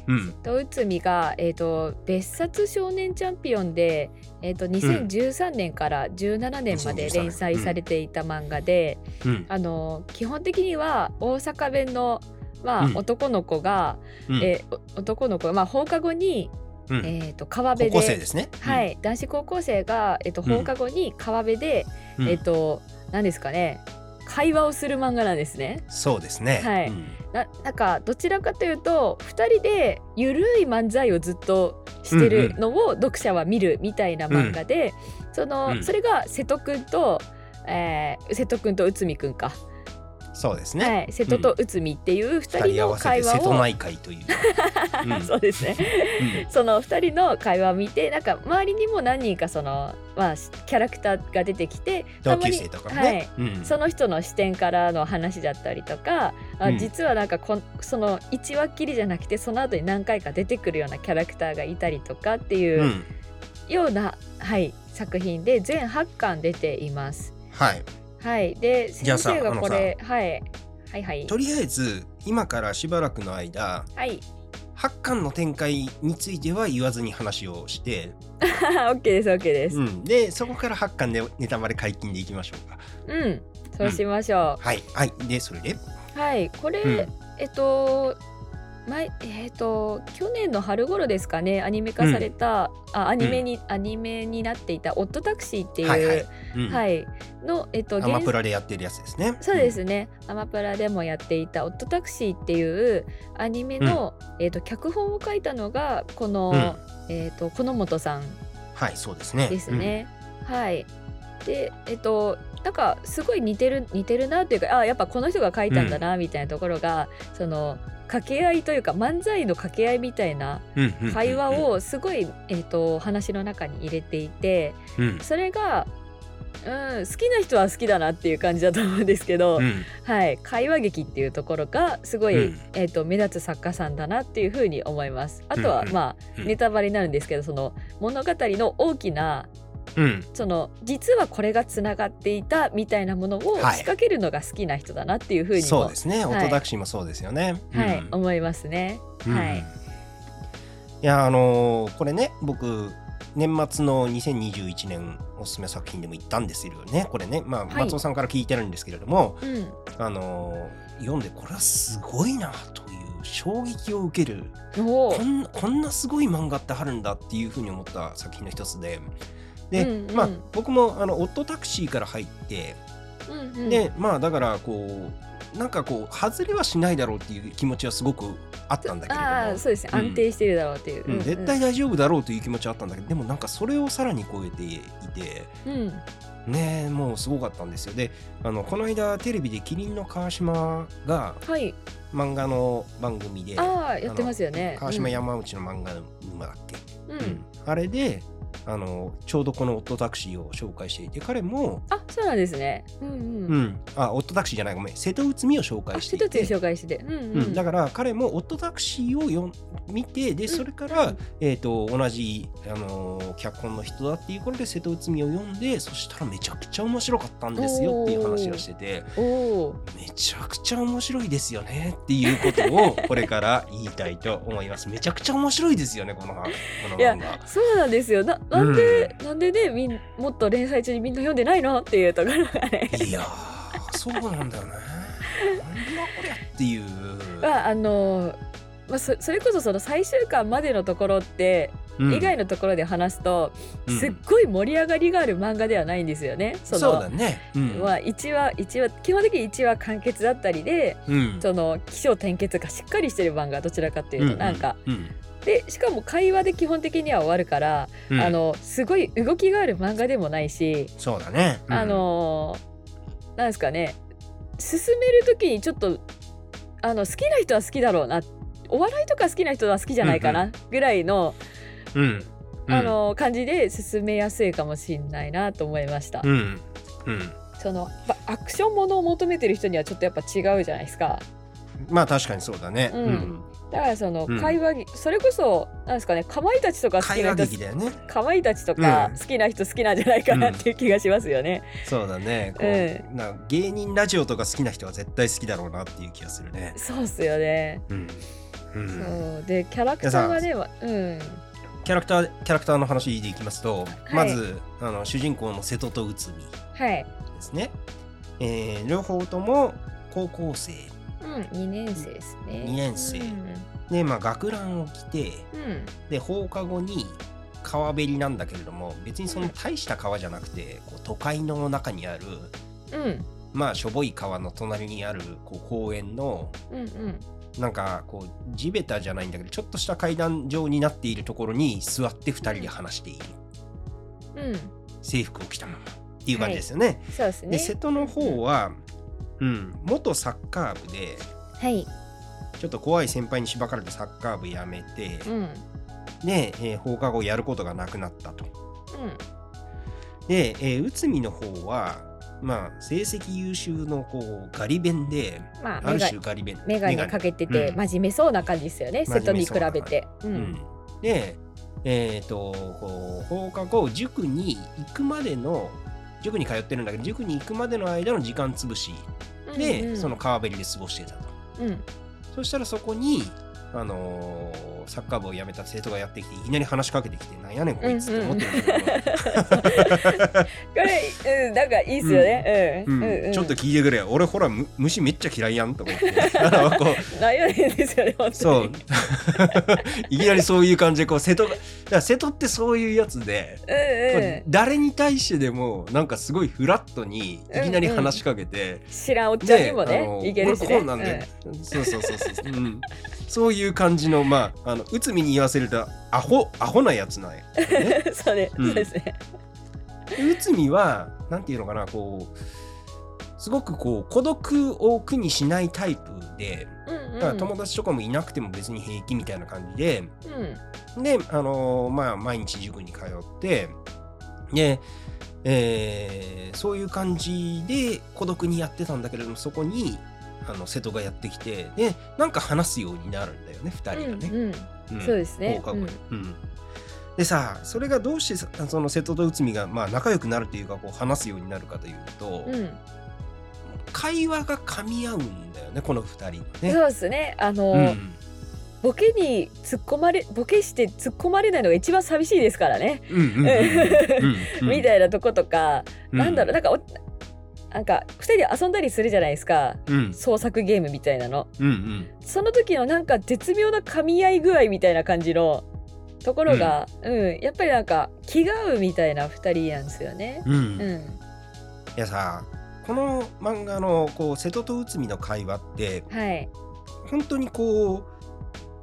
[SPEAKER 1] うん
[SPEAKER 2] と内海が、えー、と別冊少年チャンピオンで、えー、と2013年から17年まで
[SPEAKER 1] 2013
[SPEAKER 2] 連載されていた漫画で、
[SPEAKER 1] うん
[SPEAKER 2] あの基本的には大阪弁の、まあ
[SPEAKER 1] うん
[SPEAKER 2] 男の子が、
[SPEAKER 1] うん
[SPEAKER 2] えーお男の子、まあ、放課後に、
[SPEAKER 1] うん
[SPEAKER 2] えー、と川
[SPEAKER 1] 高
[SPEAKER 2] 辺
[SPEAKER 1] 校
[SPEAKER 2] で
[SPEAKER 1] 生ですね。、
[SPEAKER 2] はいい、男子高校生が、えー、と
[SPEAKER 1] うん
[SPEAKER 2] 放課後に川辺で、
[SPEAKER 1] うん
[SPEAKER 2] えー、と何ですかね会話をする漫画なんですね。
[SPEAKER 1] そうですね。
[SPEAKER 2] はい
[SPEAKER 1] うん
[SPEAKER 2] ななんかどちらかというと2人でゆるい漫才をずっとしてるのを読者は見るみたいな漫画で、その
[SPEAKER 1] うん
[SPEAKER 2] それが瀬戸くんと、えー瀬戸くんと内海くんか
[SPEAKER 1] そうですね。
[SPEAKER 2] はい、瀬戸と内海っていう二
[SPEAKER 1] 二人
[SPEAKER 2] 人
[SPEAKER 1] 合
[SPEAKER 2] の
[SPEAKER 1] わせて
[SPEAKER 2] 会話
[SPEAKER 1] 瀬戸
[SPEAKER 2] を、
[SPEAKER 1] 内海 という。うん
[SPEAKER 2] そうですね その2人の会話を見てなんか周りにも何人かその、まあ、しキャラクターが出てきて
[SPEAKER 1] 同
[SPEAKER 2] たま
[SPEAKER 1] 級
[SPEAKER 2] に
[SPEAKER 1] 生とかもね。うん
[SPEAKER 2] はい、その人の視点からの話だったりとか、
[SPEAKER 1] う
[SPEAKER 2] あ
[SPEAKER 1] ん
[SPEAKER 2] 実はなんかこんその1話っきりじゃなくてその後に何回か出てくるようなキャラクターがいたりとかって
[SPEAKER 1] う
[SPEAKER 2] いうんような、はい、作品で全8巻出ています。
[SPEAKER 1] はい。
[SPEAKER 2] はい、で
[SPEAKER 1] じゃあ
[SPEAKER 2] 先
[SPEAKER 1] さ
[SPEAKER 2] 生が
[SPEAKER 1] あの
[SPEAKER 2] これ、はい、はいはい
[SPEAKER 1] とりあえず今からしばらくの間
[SPEAKER 2] はい。
[SPEAKER 1] 8巻の展開については言わずに話をして、
[SPEAKER 2] OK です OK です。う、
[SPEAKER 1] うんん、でそこから8巻でネタバレ解禁でいきましょうか。
[SPEAKER 2] そうしましょう。
[SPEAKER 1] はいはいでそれで、
[SPEAKER 2] はい、これ、
[SPEAKER 1] うん
[SPEAKER 2] えっと前えっと去年の春頃ですかねアニメ化された、あアニメに、アニメになっていた「オットタクシー」っていう、
[SPEAKER 1] は
[SPEAKER 2] はいい
[SPEAKER 1] はいうん
[SPEAKER 2] の、えっと、
[SPEAKER 1] アマプ
[SPEAKER 2] 原
[SPEAKER 1] ラでやってるやつですね。
[SPEAKER 2] そうですね、アマプラでもやっていた「オットタクシー」っていうアニメの、えっと、脚本を書いたのがこの、
[SPEAKER 1] うん、うん
[SPEAKER 2] えっと、この本さん
[SPEAKER 1] はいそうですね。
[SPEAKER 2] ですね。はい。で、えっと、なんかすごい似てる似てるなというか、あ、やっぱこの人が書いたんだなみたいなところが、その。掛け合いというか漫才の掛け合いみたいな
[SPEAKER 1] うん。うんうんうん
[SPEAKER 2] 会話をすごい、えー、と話の中に入れていて
[SPEAKER 1] うん
[SPEAKER 2] それが、うん、好きな人は好きだなっていう感じだと思うんですけど、
[SPEAKER 1] うん
[SPEAKER 2] はい、会話劇っていうところがすごい、
[SPEAKER 1] うん
[SPEAKER 2] えー、と目立つ作家さんだなっていうふうに思います。あとは、
[SPEAKER 1] うんうん
[SPEAKER 2] ま
[SPEAKER 1] う
[SPEAKER 2] あ
[SPEAKER 1] ん
[SPEAKER 2] ネタバレになるんですけどその物語の大きな
[SPEAKER 1] うん
[SPEAKER 2] その実はこれがつながっていたみたいなものを仕
[SPEAKER 1] はい
[SPEAKER 2] 掛けるのが好きな人だなっていうふうにも、
[SPEAKER 1] そう
[SPEAKER 2] は
[SPEAKER 1] で
[SPEAKER 2] い
[SPEAKER 1] すね。オトダクシーもそうですよね。うん
[SPEAKER 2] 思いますね。はい
[SPEAKER 1] うんいやあのーこれね僕年末の2021年おすすめ作品でも言ったんですよねこれね、まあ、
[SPEAKER 2] い
[SPEAKER 1] 松尾さんから聞いてるんですけれども、
[SPEAKER 2] うん、
[SPEAKER 1] あのー読んでこれはすごいなという衝撃を受ける
[SPEAKER 2] お
[SPEAKER 1] こ
[SPEAKER 2] ー
[SPEAKER 1] んこんなすごい漫画ってあるんだっていうふうに思った作品の一つで。で
[SPEAKER 2] うんうん
[SPEAKER 1] まあ、僕もあの「オットタクシー」から入って
[SPEAKER 2] うんうん
[SPEAKER 1] でまあだからこうなんかこう外れはしないだろうっていう気持ちはすごくあったんだけれども
[SPEAKER 2] ああそうですね、
[SPEAKER 1] うん
[SPEAKER 2] 安定してるだろうっていう、
[SPEAKER 1] うん絶対大丈夫だろうという気持ちはあったんだけどでもなんかそれをさらに超えていて
[SPEAKER 2] うん
[SPEAKER 1] ねえもうすごかったんですよであのこの間テレビで「キリンの川島」が
[SPEAKER 2] はい
[SPEAKER 1] 漫画の番組で
[SPEAKER 2] ああやってますよね
[SPEAKER 1] 川島
[SPEAKER 2] うん
[SPEAKER 1] 山内の漫画沼だっけ、
[SPEAKER 2] うん
[SPEAKER 1] うんあれであのちょうどこの「オットタクシー」を紹介していて彼も、
[SPEAKER 2] あそうなんですねうんうん、
[SPEAKER 1] うんあオットタクシーじゃないごめん瀬戸内海を紹
[SPEAKER 2] あ
[SPEAKER 1] 介して
[SPEAKER 2] 一
[SPEAKER 1] いて
[SPEAKER 2] つ紹介しててうん
[SPEAKER 1] う
[SPEAKER 2] うん
[SPEAKER 1] ん、だから彼もオットタクシーをよん見てでそれから、
[SPEAKER 2] うん
[SPEAKER 1] えー、と同じ、あのー脚本の人だっていうことで瀬戸内海を読んでそしたらめちゃくちゃ面白かったんですよっていう話をしてて
[SPEAKER 2] おお
[SPEAKER 1] めちゃくちゃ面白いですよねっていうことをこれから言いたいと思いますめちゃくちゃ面白いですよねこのこの
[SPEAKER 2] いや
[SPEAKER 1] 漫画
[SPEAKER 2] ー。そうなんですよななんで、なんでねみんもっと連載中にみんな読んでないのっていうところがね
[SPEAKER 1] いやーそうなんだよね。なんだこりゃっていう。
[SPEAKER 2] はあのまあ、そそれこそその最終巻までのところって、
[SPEAKER 1] うん
[SPEAKER 2] 以外のところで話すと、
[SPEAKER 1] うん
[SPEAKER 2] すっごい盛り上がりがある漫画ではないんですよね。その
[SPEAKER 1] そうだね。うん
[SPEAKER 2] まあ、1話1話基本的に1話完結だったりで
[SPEAKER 1] うん
[SPEAKER 2] その起承転結がしっかりしてる漫画どちらかっていうと、
[SPEAKER 1] うん
[SPEAKER 2] なんか
[SPEAKER 1] うん
[SPEAKER 2] でしかも会話で基本的には終わるから、
[SPEAKER 1] うん
[SPEAKER 2] あのすごい動きがある漫画でもないし、
[SPEAKER 1] そうだね。うん
[SPEAKER 2] あのーなんですかね進める時にちょっとあの好きな人は好きだろうなお笑いとか好きな人は好きじゃないか
[SPEAKER 1] う
[SPEAKER 2] なぐらいの、
[SPEAKER 1] うん、
[SPEAKER 2] あのー感じで進めやすいかもしれないなと思いました、
[SPEAKER 1] うん、うん、
[SPEAKER 2] そのやっぱアクションものを求めてる人にはちょっとやっぱ違うじゃないですか
[SPEAKER 1] まあ確かにそうだね。
[SPEAKER 2] うん
[SPEAKER 1] うん、
[SPEAKER 2] だからその
[SPEAKER 1] うん
[SPEAKER 2] 会話ぎ、それこそなんですかねかまいたちとか好き
[SPEAKER 1] 会
[SPEAKER 2] な
[SPEAKER 1] 話劇
[SPEAKER 2] 人
[SPEAKER 1] だよね。
[SPEAKER 2] かまいたちとか
[SPEAKER 1] うん
[SPEAKER 2] 好きな人好きなんじゃないかなっていう気がしますよね、
[SPEAKER 1] そうだね。こう、
[SPEAKER 2] え
[SPEAKER 1] な芸人ラジオとか好きな人は絶対好きだろうなっていう気がするね。
[SPEAKER 2] そうっすよね、
[SPEAKER 1] うん、うん、
[SPEAKER 2] そうでキャラクターがねわうん
[SPEAKER 1] キャラクターキャラクターの話でいきますと、
[SPEAKER 2] い
[SPEAKER 1] まずあの主人公の瀬戸と内海
[SPEAKER 2] はい
[SPEAKER 1] ですね。えー、両方とも高校生
[SPEAKER 2] うん、2年生ですね。
[SPEAKER 1] 二年生
[SPEAKER 2] うん
[SPEAKER 1] で、まあ学ランを着て
[SPEAKER 2] うん
[SPEAKER 1] で放課後に川べりなんだけれども別にその大した川じゃなくてこう都会の中にある
[SPEAKER 2] うん
[SPEAKER 1] まあしょぼい川の隣にあるこう公園の
[SPEAKER 2] うんうん
[SPEAKER 1] なんかこう地べたじゃないんだけどちょっとした階段状になっているところに座って2人で話している
[SPEAKER 2] うん
[SPEAKER 1] 制服を着たままっていう感じですよね。
[SPEAKER 2] そうです
[SPEAKER 1] で
[SPEAKER 2] ね。
[SPEAKER 1] 瀬戸の方は、うん、元サッカー部で
[SPEAKER 2] はい。
[SPEAKER 1] ちょっと怖い先輩にしばかれてサッカー部やめて、
[SPEAKER 2] うん。うん。
[SPEAKER 1] で、えー放課後やることがなくなったと。で、えー、内海の方は、まあ、成績優秀のこうガリ弁で、
[SPEAKER 2] まあ
[SPEAKER 1] あ
[SPEAKER 2] メ
[SPEAKER 1] る
[SPEAKER 2] ガ
[SPEAKER 1] 種ガリ弁。
[SPEAKER 2] メガネかけてて
[SPEAKER 1] うん
[SPEAKER 2] 真面目そうな感じですよね。瀬戸に比べて。う。
[SPEAKER 1] うんんで、えっ、とこう、放課後、塾に行くまでの、塾に通ってるんだけど、塾に行くまでの間の時間潰しで、
[SPEAKER 2] うんうん
[SPEAKER 1] その。川べりで過ごしてたと。
[SPEAKER 2] うん。
[SPEAKER 1] そしたらそこに、あのーサッカー部を辞めた生徒がやってきて、いきなり話しかけてきて、なんやねんこいつって思ってるんだけ ど、
[SPEAKER 2] これ、うん、なんかいいっすよね。う
[SPEAKER 1] うん
[SPEAKER 2] ん。うん。うん
[SPEAKER 1] ちょっと。聞いてくれよ俺ほらむ虫めっちゃ嫌いやんと思って あのこう
[SPEAKER 2] 悩みですよね。本当に
[SPEAKER 1] そう いきなりそういう感じでこう瀬戸がだから瀬戸ってそういうやつで、
[SPEAKER 2] うんう
[SPEAKER 1] 誰に対してでもなんかすごいフラットにいきなり話しかけて、
[SPEAKER 2] ん。知らんおっちゃんにも
[SPEAKER 1] あの
[SPEAKER 2] ね、いけるし
[SPEAKER 1] 俺
[SPEAKER 2] ね。
[SPEAKER 1] こうなんだよ、そうそうそうそう、うん、そういう感じのまああの内海に言わせるとアホアホなやつなんや、 ね、
[SPEAKER 2] うんそうね。
[SPEAKER 1] うん
[SPEAKER 2] そうですね。
[SPEAKER 1] で内海はなんていうのかなこうすごくこう孤独を苦にしないタイプで、
[SPEAKER 2] うんうん。
[SPEAKER 1] だから友達とかもいなくても別に平気みたいな感じで
[SPEAKER 2] うん。
[SPEAKER 1] で、あのーまあ、毎日塾に通ってで、えーそういう感じで孤独にやってたんだけれどもそこにあの瀬戸がやってきてでなんか話すようになるんだよね2人がね。
[SPEAKER 2] うんうん
[SPEAKER 1] ん
[SPEAKER 2] そうですね
[SPEAKER 1] 放課後にうんでさそれがどうしてさその瀬戸と内海がまあ仲良くなるというかこう話すようになるかというと、
[SPEAKER 2] うん
[SPEAKER 1] 会話が噛み合うんだよねこの2人のね。
[SPEAKER 2] そうですね。あの、
[SPEAKER 1] うん
[SPEAKER 2] ボケに突っ込まれ、ボケして突っ込まれないのが一番寂しいですからね。
[SPEAKER 1] うんうんうんうんうん
[SPEAKER 2] みたいなとことか、
[SPEAKER 1] う
[SPEAKER 2] なんだろう、なんかお、なんか二人で遊んだりするじゃないですか。
[SPEAKER 1] うん
[SPEAKER 2] 創作ゲームみたいなの。
[SPEAKER 1] うんうん
[SPEAKER 2] その時のなんか絶妙な噛み合い具合みたいな感じのところが、うん、やっぱりなんか気が合うみたいな二人なんですよね。
[SPEAKER 1] うん
[SPEAKER 2] う
[SPEAKER 1] い
[SPEAKER 2] ん、
[SPEAKER 1] やさこの漫画のこう瀬戸と内海の会話って
[SPEAKER 2] はい。
[SPEAKER 1] 本当にこう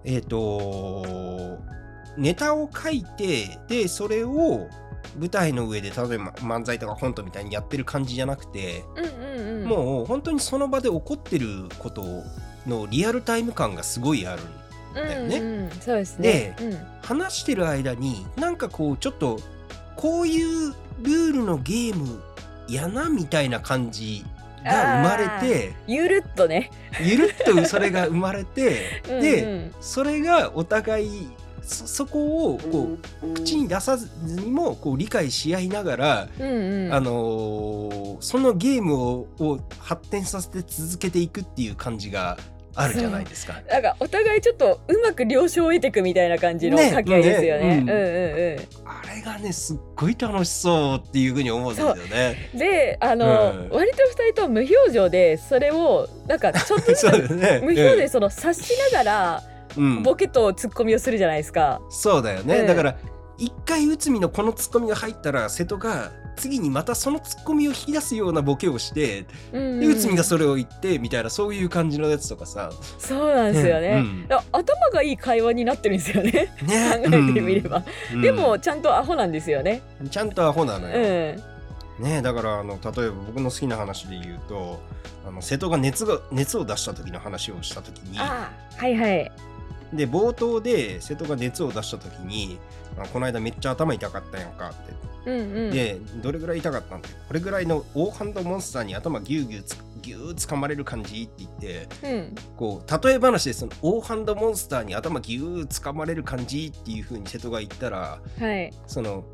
[SPEAKER 1] えっ、とネタを書いてでそれを舞台の上で例えば漫才とかコントみたいにやってる感じじゃなくて、
[SPEAKER 2] うんうんうん。
[SPEAKER 1] もう本当にその場で起こってることのリアルタイム感がすごいある
[SPEAKER 2] う
[SPEAKER 1] だよね
[SPEAKER 2] んうん、そうですね。うん、
[SPEAKER 1] 話してる間になんかこうちょっとこういうルールのゲームやなみたいな感じが生まれて
[SPEAKER 2] ゆるっとね。
[SPEAKER 1] ゆるっとそれが生まれて
[SPEAKER 2] うんうん、
[SPEAKER 1] でそれがお互いそそこをこう口に出さずにもこう理解し合いながら、
[SPEAKER 2] うんうん、
[SPEAKER 1] あのーそのゲームをを発展させて続けていくっていう感じがあるじゃないですか。
[SPEAKER 2] なんかお互いちょっとうまく了承を得てくみたいな感じの
[SPEAKER 1] ね
[SPEAKER 2] 掛け合いですよ
[SPEAKER 1] ね
[SPEAKER 2] ね。うんうんう
[SPEAKER 1] あれがねすっごい楽しそうっていうふうに思うんですよね。
[SPEAKER 2] ん、であの、
[SPEAKER 1] うん
[SPEAKER 2] 割と二人とも無表情でそれをなんかちょっとず つ
[SPEAKER 1] そうだよね。
[SPEAKER 2] 無表情でその察しながら
[SPEAKER 1] うん
[SPEAKER 2] ボケとツッコミをするじゃないですか。
[SPEAKER 1] そうだよね、
[SPEAKER 2] ええ
[SPEAKER 1] だから一回内海のこのツッコミが入ったら瀬戸が次にまたそのツッコミを引き出すようなボケをして、
[SPEAKER 2] うん
[SPEAKER 1] で内海がそれを言ってみたいなそういう感じのやつとかさ。
[SPEAKER 2] そうなんですよね。
[SPEAKER 1] うん
[SPEAKER 2] だから頭がいい会話になってるんですよ ね考
[SPEAKER 1] ね
[SPEAKER 2] えてみれば、
[SPEAKER 1] うん
[SPEAKER 2] でもちゃんとアホなんですよね
[SPEAKER 1] うんちゃんとアホなの
[SPEAKER 2] う
[SPEAKER 1] よ。
[SPEAKER 2] ん
[SPEAKER 1] ねだからあの例えば僕の好きな話で言うとあの瀬戸が熱が熱を出した時の話をした時に
[SPEAKER 2] ああはいはい
[SPEAKER 1] で冒頭で瀬戸が熱を出した時に「あこの間めっちゃ頭痛かったやんか」って
[SPEAKER 2] うんうん
[SPEAKER 1] でどれぐらい痛かったんだよこれぐらいのオーハンドモンスターに頭ギューギューつギューつかまれる感じって言って
[SPEAKER 2] うん
[SPEAKER 1] こう例え話でそのオーハンドモンスターに頭ギューつかまれる感じっていう風に瀬戸が言ったら
[SPEAKER 2] はい
[SPEAKER 1] その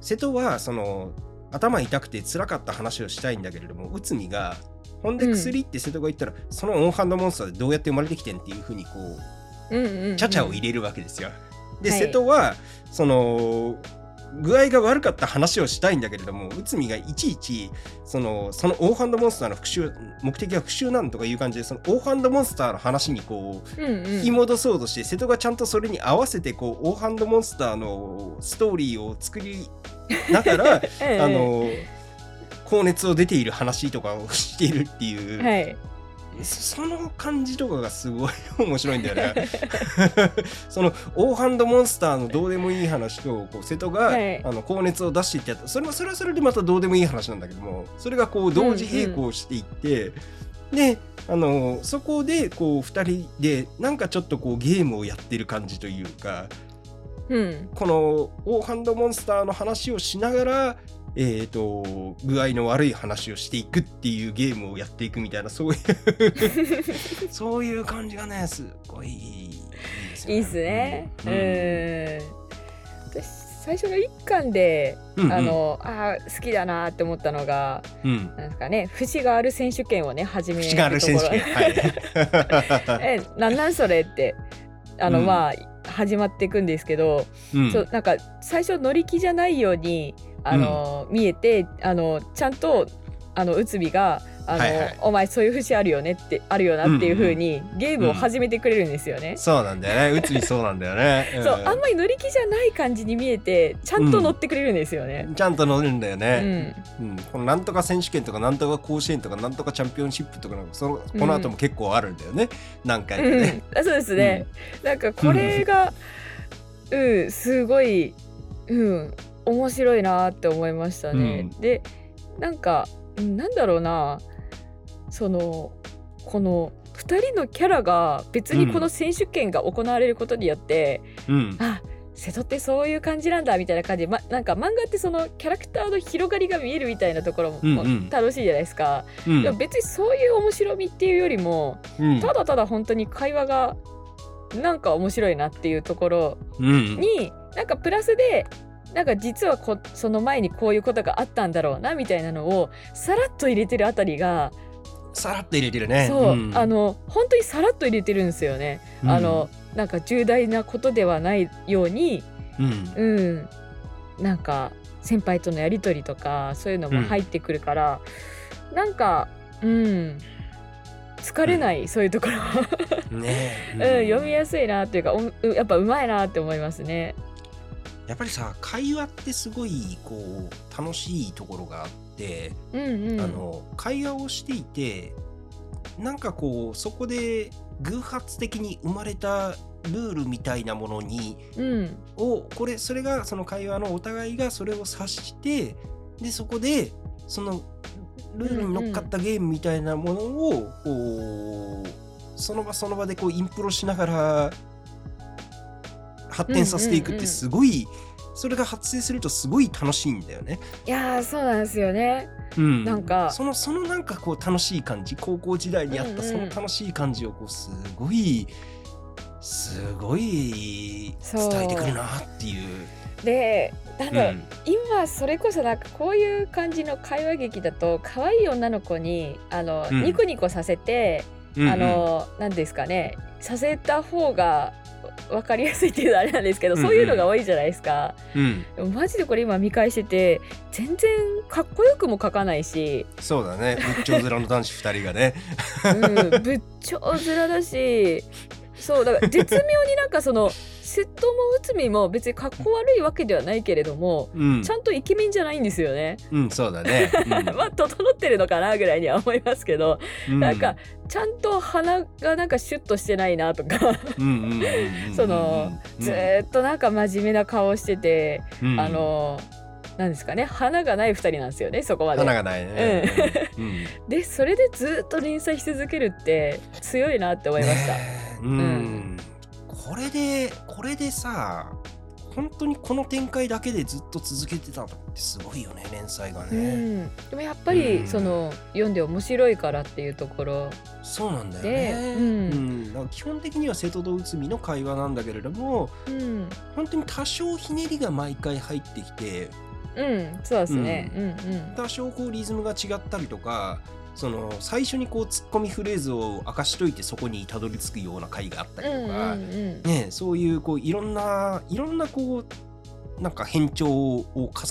[SPEAKER 1] 瀬戸はその頭痛くて辛かった話をしたいんだけれども内海が「ほんで
[SPEAKER 2] うん
[SPEAKER 1] 薬」って瀬戸が言ったら、そのオーハンドモンスターでどうやって生まれてきてんっていう風にこう
[SPEAKER 2] うんうんうん
[SPEAKER 1] ちゃちゃを入れるわけですよ。で、
[SPEAKER 2] はい
[SPEAKER 1] 瀬戸はその具合が悪かった話をしたいんだけれども内海がいちいちそのそのオーハンドモンスターの復讐目的は復讐なんとかいう感じでそのオーハンドモンスターの話にこう
[SPEAKER 2] うんうん
[SPEAKER 1] 引き戻そうとして、瀬戸がちゃんとそれに合わせてこうオーハンドモンスターのストーリーを作りなが らあの高熱を出ている話とかをしているってい
[SPEAKER 2] え
[SPEAKER 1] う、
[SPEAKER 2] えはい
[SPEAKER 1] その感じとかがすごい面白いんだよ ね。そのオーハンドモンスターのどうでもいい話とこう瀬戸が、
[SPEAKER 2] はい
[SPEAKER 1] あの高熱を出していってやったそれもそれはそれでまたどうでもいい話なんだけどもそれがこう同時並行していって、であのそこでこう2人でなんかちょっとこうゲームをやってる感じというか
[SPEAKER 2] うん
[SPEAKER 1] このオーハンドモンスターの話をしながらえー、と具合の悪い話をしていくっていうゲームをやっていくみたいなそういう そういう感じがねすっごいいいですよ
[SPEAKER 2] いいっすね。うん。私最初の一巻で、
[SPEAKER 1] うんうん
[SPEAKER 2] あのあー好きだなーって思ったのが
[SPEAKER 1] うん
[SPEAKER 2] なんかね節がある選手権をね始める
[SPEAKER 1] 口
[SPEAKER 2] と
[SPEAKER 1] がある選
[SPEAKER 2] こ
[SPEAKER 1] 手
[SPEAKER 2] ろ
[SPEAKER 1] 権はい、
[SPEAKER 2] えなんなんそれってあの、
[SPEAKER 1] うん
[SPEAKER 2] まあ始まっていくんですけど、
[SPEAKER 1] うん
[SPEAKER 2] そうなんか最初乗り気じゃないようにあの、見えてあのちゃんとあの内海があの、
[SPEAKER 1] はいはい
[SPEAKER 2] お前そういう節あるよねってあるよなっていう風に、ゲームを始めてくれるんですよね。
[SPEAKER 1] そうなんだよね。うつみそうなんだよね。ん
[SPEAKER 2] そうあんまり乗り気じゃない感じに見えてちゃんと乗ってくれるんですよね。
[SPEAKER 1] ちゃんと乗るんだよ
[SPEAKER 2] う
[SPEAKER 1] ね、
[SPEAKER 2] ん、
[SPEAKER 1] うんこのなんとか選手権とかなんとか甲子園とかなんとかチャンピオンシップとかなんかそのこの後も結構あるんだよね、何回か
[SPEAKER 2] うん
[SPEAKER 1] ね。
[SPEAKER 2] あそうですね、なんかこれがうんすごいうん面白いなって思いましたね、
[SPEAKER 1] う
[SPEAKER 2] でなんかうんなんだろうなそのこの2人のキャラが別にこの選手権が行われることによって、
[SPEAKER 1] うん
[SPEAKER 2] あ瀬戸ってそういう感じなんだみたいな感じで、ま、なんか漫画ってそのキャラクターの広がりが見えるみたいなところも
[SPEAKER 1] うんうん
[SPEAKER 2] 楽しいじゃないですか、
[SPEAKER 1] うん
[SPEAKER 2] でも別にそういう面白みっていうよりも
[SPEAKER 1] うん
[SPEAKER 2] ただただ本当に会話がなんか面白いなっていうところ
[SPEAKER 1] うん
[SPEAKER 2] になんかプラスでなんか実はこその前にこういうことがあったんだろうなみたいなのをさらっと入れてるあたりが
[SPEAKER 1] さらっと入れてるね。
[SPEAKER 2] そう、
[SPEAKER 1] ん
[SPEAKER 2] あの本当にさらっと入れてるんですよね。あの、なんか重大なことではないように、
[SPEAKER 1] うん
[SPEAKER 2] うん、なんか先輩とのやり取りとかそういうのも入ってくるから、なんかうん疲れない、そういうところは。
[SPEAKER 1] ね
[SPEAKER 2] うん、読みやすいなというかおんうやっぱうまいなって思いますね。
[SPEAKER 1] やっぱりさ会話ってすごいこう楽しいところがあって、
[SPEAKER 2] うんうん、
[SPEAKER 1] あの会話をしていてなんかこうそこで偶発的に生まれたルールみたいなものに
[SPEAKER 2] うん
[SPEAKER 1] をこれそれがその会話のお互いがそれを指してでそこでそのルールに乗っかったゲームみたいなものをこうその場その場でこうインプロしながら発展させていくっ
[SPEAKER 2] うんうんう
[SPEAKER 1] て
[SPEAKER 2] ん
[SPEAKER 1] すごいそれが発生するとすごい楽しいんだよね。
[SPEAKER 2] いやーそうなんですよね。
[SPEAKER 1] うん
[SPEAKER 2] なんか
[SPEAKER 1] そのそのなんかこう楽しい感じ高校時代にあっ
[SPEAKER 2] うんう
[SPEAKER 1] た
[SPEAKER 2] ん
[SPEAKER 1] その楽しい感じをこうすごいすごい
[SPEAKER 2] そう
[SPEAKER 1] 伝えてくるなっていう。
[SPEAKER 2] でなんだろう、
[SPEAKER 1] うん
[SPEAKER 2] 今それこそなんかこういう感じの会話劇だと可愛い女の子にあの、
[SPEAKER 1] うん
[SPEAKER 2] ニコニコさせて、
[SPEAKER 1] うんうん
[SPEAKER 2] あの何ですかねさせた方が分かりやすいっていうのはあれなんですけど、
[SPEAKER 1] うんうん
[SPEAKER 2] そういうのが多いじゃないですか。
[SPEAKER 1] うん、
[SPEAKER 2] でもマジでこれ今見返してて全然かっこよくも書かないし。
[SPEAKER 1] そうだね仏頂面の男子2人が ね
[SPEAKER 2] うん、仏頂面だしそうだから絶妙になんかその瀬戸も内海も別に格好悪いわけではないけれども
[SPEAKER 1] うん
[SPEAKER 2] ち、ゃんとイケメンじゃないんですよね。
[SPEAKER 1] うん、そうだね、
[SPEAKER 2] まあ整ってるのかなぐらいには思いますけど
[SPEAKER 1] うん、
[SPEAKER 2] なんかちゃんと鼻がなんかシュッとしてないなとか
[SPEAKER 1] うんうんうんうんうん
[SPEAKER 2] そのずーっとなんか真面目な顔してて
[SPEAKER 1] うん
[SPEAKER 2] あのなんですかね花がない2人なんですよねそこま
[SPEAKER 1] 花
[SPEAKER 2] で。
[SPEAKER 1] がないね、うんうん
[SPEAKER 2] でそれでずーっと連載し続けるって強いなって思いました。
[SPEAKER 1] ねえうん
[SPEAKER 2] うん
[SPEAKER 1] これでこれでさ本当にこの展開だけでずっと続けてたのってすごいよね連載が
[SPEAKER 2] う
[SPEAKER 1] ね、
[SPEAKER 2] ん、でもやっぱ
[SPEAKER 1] う
[SPEAKER 2] り
[SPEAKER 1] ん
[SPEAKER 2] その読んで面白いからっていうところ
[SPEAKER 1] そうなんだよ
[SPEAKER 2] で
[SPEAKER 1] ね、
[SPEAKER 2] うん
[SPEAKER 1] だから基本的には瀬戸と内海の会話なんだけれども
[SPEAKER 2] うん、
[SPEAKER 1] 本当に多少ひねりが毎回入ってきて
[SPEAKER 2] うん、そうですね、うん、うん
[SPEAKER 1] 多少こうリズムが違ったりとかその最初にこうツッコミフレーズを明かしといてそこにたどり着くような回があったり
[SPEAKER 2] う
[SPEAKER 1] と
[SPEAKER 2] ん
[SPEAKER 1] か、
[SPEAKER 2] うんうん
[SPEAKER 1] ね、そういうこういろんないろんなこうなんか変調を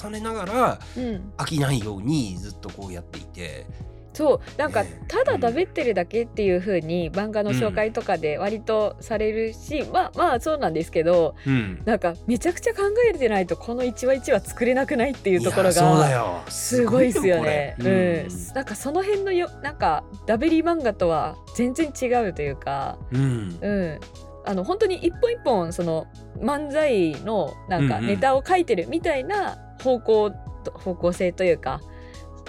[SPEAKER 1] 重ねながら
[SPEAKER 2] うん
[SPEAKER 1] 飽きないようにずっとこうやっていて。
[SPEAKER 2] そうなんか
[SPEAKER 1] ね
[SPEAKER 2] ただ食べってるだけっていう風に漫画の紹介とかで割とされるし、まあまあそうなんですけど
[SPEAKER 1] うん
[SPEAKER 2] なんかめちゃくちゃ考えてないとこの一話一話作れなくないっていうところ
[SPEAKER 1] いやそうだ
[SPEAKER 2] が
[SPEAKER 1] よ
[SPEAKER 2] すごいですよね。
[SPEAKER 1] す
[SPEAKER 2] う
[SPEAKER 1] ごいよ
[SPEAKER 2] ん、なんかその辺のよなんかダベリ漫画とは全然違うというか。
[SPEAKER 1] これうん
[SPEAKER 2] うん、あの本当に一本一本その漫才のなん
[SPEAKER 1] う
[SPEAKER 2] か
[SPEAKER 1] んうん
[SPEAKER 2] ネタを書いてるみたいな方向と方向性というか、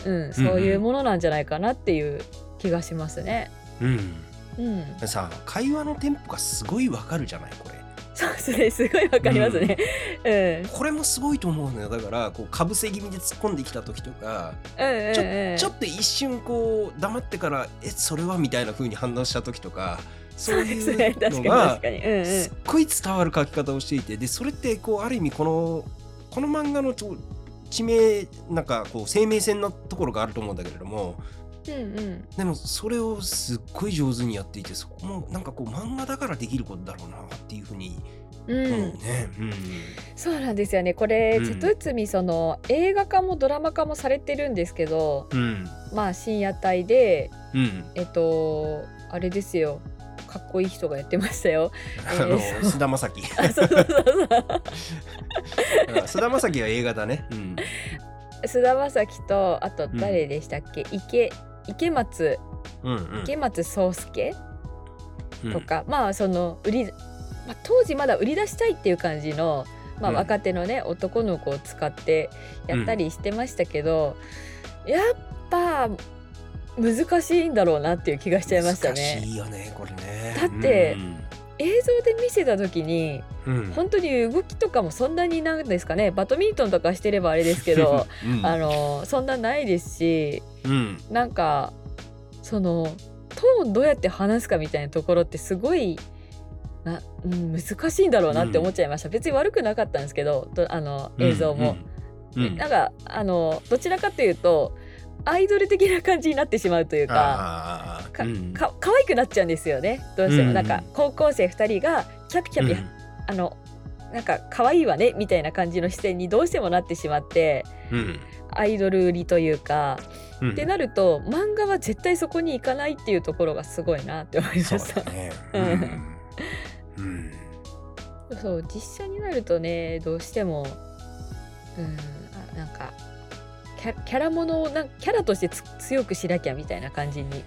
[SPEAKER 2] うん、そういうものなんじゃないかなっていう気がしますね。
[SPEAKER 1] うん。
[SPEAKER 2] うん、
[SPEAKER 1] さあ、会話のテンポがすごいわかるじゃない、これ。
[SPEAKER 2] そうですねすごいわかりますね。うん、うん、
[SPEAKER 1] これもすごいと思うのよ。だから、こう、かぶせ気味で突っ込んできた時とか、
[SPEAKER 2] うん、
[SPEAKER 1] ちょ
[SPEAKER 2] うん
[SPEAKER 1] ちょっと一瞬こう、黙ってから、え、それはみたいな風に判断した時とか、そう
[SPEAKER 2] そうです
[SPEAKER 1] い
[SPEAKER 2] ね
[SPEAKER 1] う の
[SPEAKER 2] 確かに
[SPEAKER 1] が
[SPEAKER 2] 確、かに。うんうん
[SPEAKER 1] すっごい伝わる書き方をしていて、で、それって、こう、ある意味、この、この漫画のちょ地名、なんか、こう、生命線のところがあると思うんだけれども、
[SPEAKER 2] うんうん
[SPEAKER 1] でもそれをすっごい上手にやっていてそこもなんかこう漫画だからできることだろうなっていうふうに
[SPEAKER 2] う、
[SPEAKER 1] 思うんね。うん
[SPEAKER 2] そうなんですよねこれ、
[SPEAKER 1] うん
[SPEAKER 2] 瀬戸内海その映画化もドラマ化もされてるんですけど
[SPEAKER 1] うん
[SPEAKER 2] まあ深夜帯で
[SPEAKER 1] うん、
[SPEAKER 2] えっとあれですよかっこいい人がやってまし たよ。
[SPEAKER 1] あの
[SPEAKER 2] えー
[SPEAKER 1] 菅田将暉
[SPEAKER 2] あそうそうそうそう
[SPEAKER 1] うん菅田将暉は映画だね。うん
[SPEAKER 2] 菅田将暉とあと誰でしたっけ、池池松
[SPEAKER 1] うんうん
[SPEAKER 2] 池松壮介
[SPEAKER 1] うん
[SPEAKER 2] とか、まあその売り、まあ、当時まだ売り出したいっていう感じの、まあ、
[SPEAKER 1] うん
[SPEAKER 2] 若手のね、男の子を使ってやったりしてましたけど、やっぱ難しいんだろうなっていう気がしちゃいました
[SPEAKER 1] 難
[SPEAKER 2] ね。
[SPEAKER 1] しいよねこれね。
[SPEAKER 2] だって映像で見せた時に
[SPEAKER 1] うんうん
[SPEAKER 2] 本当に動きとかもそんなになんですかねバドミントンとかしてればあれですけ ど
[SPEAKER 1] うん
[SPEAKER 2] あのそんなないですし
[SPEAKER 1] うん
[SPEAKER 2] なんかそのトーンどうやって話すかみたいなところってすごいな、うん、難しいんだろうなって思っちゃいました、別に悪くなかったんですけどとあの映像も、
[SPEAKER 1] うんうん
[SPEAKER 2] なんかあのどちらかというとアイドル的な感じになってしまうというか
[SPEAKER 1] あー
[SPEAKER 2] か
[SPEAKER 1] うん
[SPEAKER 2] か可愛くなっちゃうんですよねどうしても、
[SPEAKER 1] うん
[SPEAKER 2] なんか高校生2人がキャピキャピ、あのなんか可愛いわねみたいな感じの視線にどうしてもなってしまって
[SPEAKER 1] うん
[SPEAKER 2] アイドル売りというか
[SPEAKER 1] うん
[SPEAKER 2] ってなると漫画は絶対そこに行かないっていうところがすごいなって思いま
[SPEAKER 1] そう
[SPEAKER 2] した。
[SPEAKER 1] だね。うんうん
[SPEAKER 2] そう実写になるとねどうしてもうんあなんかキャキャラものをなんキャラとしてつ強くしなきゃみたいな感じに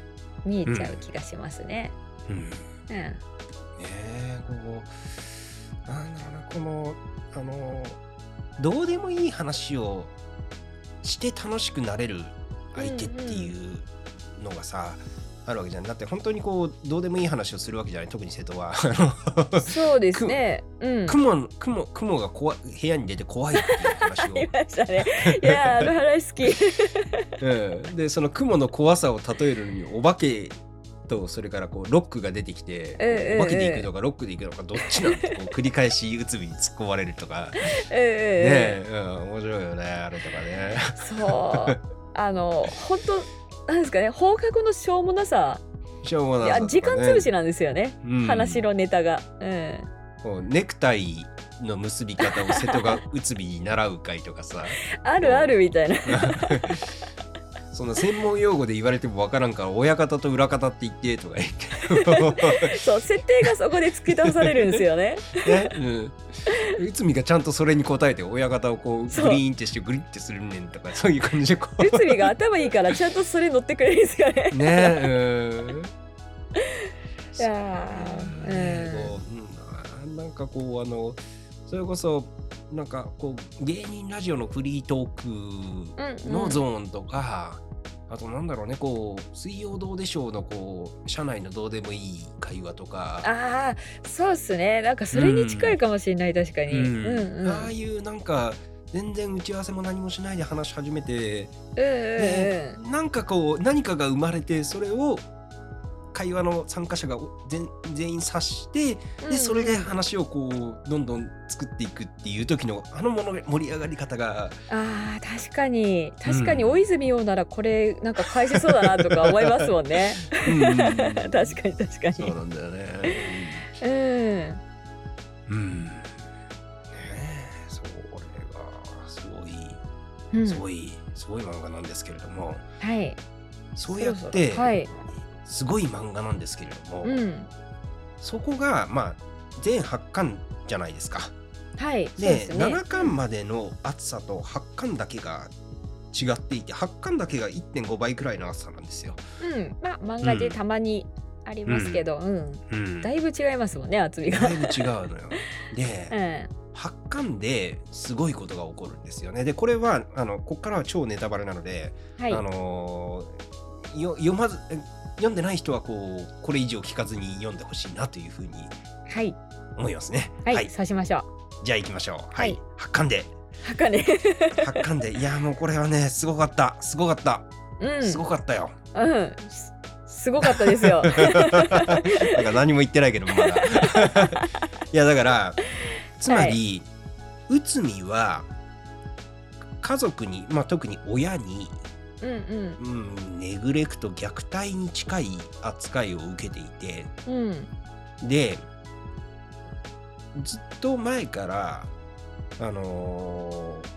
[SPEAKER 2] 見えちゃう気がしますね。
[SPEAKER 1] うん
[SPEAKER 2] うん
[SPEAKER 1] ねえこうなんだろうなこのあのどうでもいい話をして楽しくなれる相手っていうのがさ、あるわけじゃんだって本当にこうどうでもいい話をするわけじゃない特に瀬戸はあの
[SPEAKER 2] そうですね。うん。
[SPEAKER 1] 雲雲雲が怖い部屋に出て怖いっていう話を
[SPEAKER 2] ありましたね。いやーあの話 好き。
[SPEAKER 1] うん、でその雲の怖さを例えるのにお化けとそれからこうロックが出てきて、
[SPEAKER 2] ええ
[SPEAKER 1] お化けで行くのかロックで行くのかどっちなんてこう 繰り返しうつびに突っ込まれるとかね
[SPEAKER 2] うんうんうん
[SPEAKER 1] え、うん、面白いよねあれとかね。
[SPEAKER 2] そう。あの本当なんですかね放課後のしょうも なさ。
[SPEAKER 1] しょうも
[SPEAKER 2] い
[SPEAKER 1] なさ
[SPEAKER 2] や
[SPEAKER 1] とかね
[SPEAKER 2] 時間潰しなんですよね。
[SPEAKER 1] うん
[SPEAKER 2] 話のネタが。うん。
[SPEAKER 1] こうネクタイの結び方を瀬戸がうつびに習う会とか さ
[SPEAKER 2] あるあるみたいな。
[SPEAKER 1] その専門用語で言われてもわからんから親方と裏方って言ってとか言って。
[SPEAKER 2] そう、設定がそこで突き倒されるんです よね。
[SPEAKER 1] ね、うん。内海がちゃんとそれに応えて親方をこうグ
[SPEAKER 2] そう
[SPEAKER 1] リーンってしてグリッてするねんとかそういう感じでこ
[SPEAKER 2] う
[SPEAKER 1] う
[SPEAKER 2] つみが頭いいから、ちゃんとそれ乗ってくれるんですよね。
[SPEAKER 1] ねうん
[SPEAKER 2] いやー
[SPEAKER 1] ね
[SPEAKER 2] うん
[SPEAKER 1] こううんなんかこうあのそれこそなんかこう芸人ラジオのフリートーク
[SPEAKER 2] うんう
[SPEAKER 1] の
[SPEAKER 2] ん
[SPEAKER 1] ゾーンとか、あとなんだろうねこう「水曜どうでしょう」のこう社内のどうでもいい会話とか
[SPEAKER 2] ああ、そうっすね。なんかそれに近いかもしれない、確か
[SPEAKER 1] う
[SPEAKER 2] に。うんん、うん、うん、うん、
[SPEAKER 1] ああいうなんか全然打ち合わせも何もしないで話し始めて、
[SPEAKER 2] うん、
[SPEAKER 1] なんかこう何かが生まれてそれを会話の参加者がお全全員察して
[SPEAKER 2] うん。
[SPEAKER 1] でそれで話をこうどんどん作っていくっていう時のあのもの盛り上がり方が
[SPEAKER 2] ああ、確かに、確かに
[SPEAKER 1] うん
[SPEAKER 2] 大泉洋なら、これ、なんか返せそうだなとか思いますもん ね。
[SPEAKER 1] うん
[SPEAKER 2] 確かに、確か
[SPEAKER 1] そう
[SPEAKER 2] に。
[SPEAKER 1] なんだよね。
[SPEAKER 2] うん。
[SPEAKER 1] うん、うんねえそれがすごい
[SPEAKER 2] うん
[SPEAKER 1] すごいすごい漫画なんですけれども
[SPEAKER 2] はい。
[SPEAKER 1] そうやって
[SPEAKER 2] そろそろはい。
[SPEAKER 1] すごい漫画なんですけれども。
[SPEAKER 2] うん。
[SPEAKER 1] そこがまあ全8巻じゃないですか。
[SPEAKER 2] はい。そうで
[SPEAKER 1] です
[SPEAKER 2] ね。
[SPEAKER 1] 7巻までの厚さと8巻だけが違っていて8巻だけが1.5倍くらいの厚さなんですよ。
[SPEAKER 2] うん、まあ漫画でたまにありますけど、うん、
[SPEAKER 1] うん
[SPEAKER 2] だ
[SPEAKER 1] だい
[SPEAKER 2] いぶ違いますもんね、厚みが。
[SPEAKER 1] ぶ違う のよ。
[SPEAKER 2] う
[SPEAKER 1] で
[SPEAKER 2] ん、
[SPEAKER 1] 8巻ですごいことが起こるんですよね。でこれはあのここからは超ネタバレなので、
[SPEAKER 2] はい、
[SPEAKER 1] あのーよ読まずえ読んでない人はこうこれ以上聞かずに読んでほしいなというふうに
[SPEAKER 2] はい
[SPEAKER 1] 思いますね。
[SPEAKER 2] はい、そうしましょう
[SPEAKER 1] じゃあ行きましょう。は
[SPEAKER 2] はい
[SPEAKER 1] い、八巻で、
[SPEAKER 2] はかね
[SPEAKER 1] 八巻 で、いやもうこれはねすごかった、すごかった、
[SPEAKER 2] うん
[SPEAKER 1] すごか ったよ。
[SPEAKER 2] うんすすごかったです よ
[SPEAKER 1] なんか何も言ってないけどま だ。いやだからつまり、内海は家族に、まあ、特に親に、
[SPEAKER 2] うんうん
[SPEAKER 1] うん、ネグレクト虐待に近い扱いを受けていて
[SPEAKER 2] うん
[SPEAKER 1] でずっと前からあのー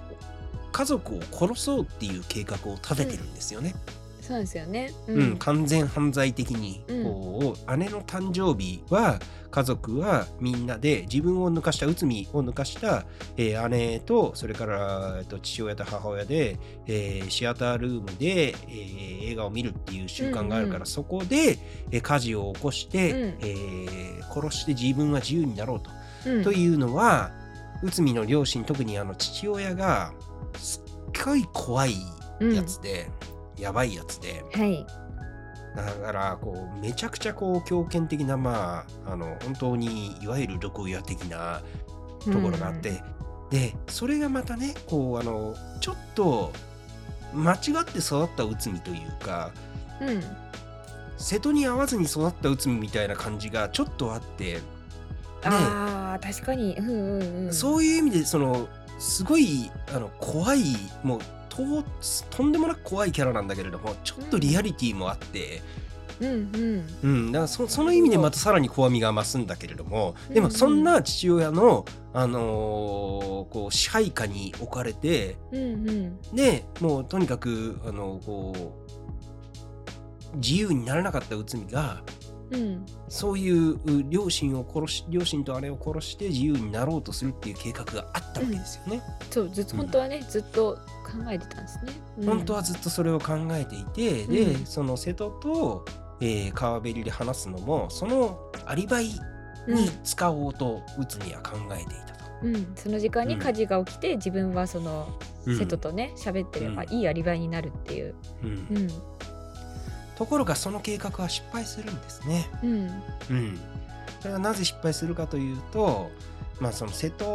[SPEAKER 1] 家族を殺そうっていう計画を立ててるんですよね。
[SPEAKER 2] そうですよねう
[SPEAKER 1] うん、完全犯罪的に、
[SPEAKER 2] うん
[SPEAKER 1] こう姉の誕生日は家族はみんなで自分を抜かした内海を抜かした、えー姉とそれから、えっと、父親と母親で、えーシアタールームで、えー映画を見るっていう習慣があるから、
[SPEAKER 2] うんうん
[SPEAKER 1] そこで、えー火事を起こして、
[SPEAKER 2] うん
[SPEAKER 1] えー殺して自分は自由になろうと。
[SPEAKER 2] うん
[SPEAKER 1] というのは内海の両親特にあの父親がすっごい怖いやつで、やばいやつで。
[SPEAKER 2] はい
[SPEAKER 1] だからこうめちゃくちゃこう強権的なまああの本当にいわゆる毒親的なところがあって、でそれがまたねこうあのちょっと間違って育った内海というか
[SPEAKER 2] うんうん
[SPEAKER 1] 瀬戸に合わずに育った内海みたいな感じがちょっとあって、
[SPEAKER 2] あー確かにうんうんうん
[SPEAKER 1] そういう意味でそのすごいあの怖いもうととんでもなく怖いキャラなんだけれどもちょっとリアリティもあって。
[SPEAKER 2] うんうん
[SPEAKER 1] うん、だからそその意味でまたさらに怖みが増すんだけれどもで
[SPEAKER 2] う
[SPEAKER 1] も
[SPEAKER 2] んうん
[SPEAKER 1] そんな父親の、あのーこう支配下に置かれて
[SPEAKER 2] うんうん
[SPEAKER 1] でもうとにかく、あのこう自由にならなかった内海が
[SPEAKER 2] うん
[SPEAKER 1] そういうう両親を殺し両親と姉を殺して自由になろうとするっていう計画があったわけですよね。
[SPEAKER 2] そうずっと
[SPEAKER 1] うん
[SPEAKER 2] 本当はね、ずっと考えてたんですね。うん
[SPEAKER 1] 本当はずっとそれを考えていて、で
[SPEAKER 2] うん
[SPEAKER 1] その瀬戸と、えー川べりで話すのもそのアリバイ
[SPEAKER 2] うん
[SPEAKER 1] に使おうと内海は考えていたと。
[SPEAKER 2] うんその時間に火事が起きて、自分はその
[SPEAKER 1] うん
[SPEAKER 2] 瀬戸とね喋ってればいいアリバイになるっていう。
[SPEAKER 1] うん
[SPEAKER 2] うん
[SPEAKER 1] ところがその計画は失敗するんですね。
[SPEAKER 2] うん
[SPEAKER 1] うん、それがなぜ失敗するかというと、まあ、その瀬戸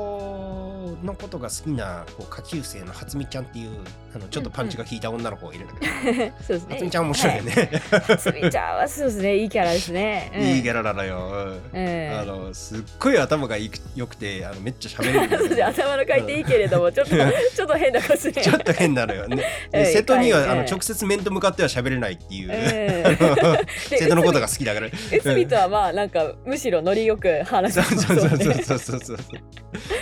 [SPEAKER 1] のことが好きなこう下級生の初美ちゃんっていうあのちょっとパンチが効いた女の子がいるんだけど、
[SPEAKER 2] そうですね。
[SPEAKER 1] 初美ちゃん面白いよね。
[SPEAKER 2] はい。つみちゃんはそうですねいいキャラですね。
[SPEAKER 1] い、いキャ
[SPEAKER 2] ラ。
[SPEAKER 1] ラなのよ。うん
[SPEAKER 2] うん
[SPEAKER 1] あのすっごい頭がいく良くてあのめっちゃ喋れるんだ
[SPEAKER 2] そうですね
[SPEAKER 1] けど。
[SPEAKER 2] 頭の回転いいけれどもちょっとちょっと変な感じで。
[SPEAKER 1] ちょっと変なのよね。
[SPEAKER 2] うん
[SPEAKER 1] で瀬戸に
[SPEAKER 2] い
[SPEAKER 1] は
[SPEAKER 2] か
[SPEAKER 1] あ
[SPEAKER 2] ん
[SPEAKER 1] の
[SPEAKER 2] ね
[SPEAKER 1] 直接面と向かっては喋れないっていう う。
[SPEAKER 2] ん
[SPEAKER 1] 瀬戸のことが好きだから。
[SPEAKER 2] で内海内海とはまあなんかむしろノリよく 話
[SPEAKER 1] そう
[SPEAKER 2] して
[SPEAKER 1] そうそうそうそうそうそう。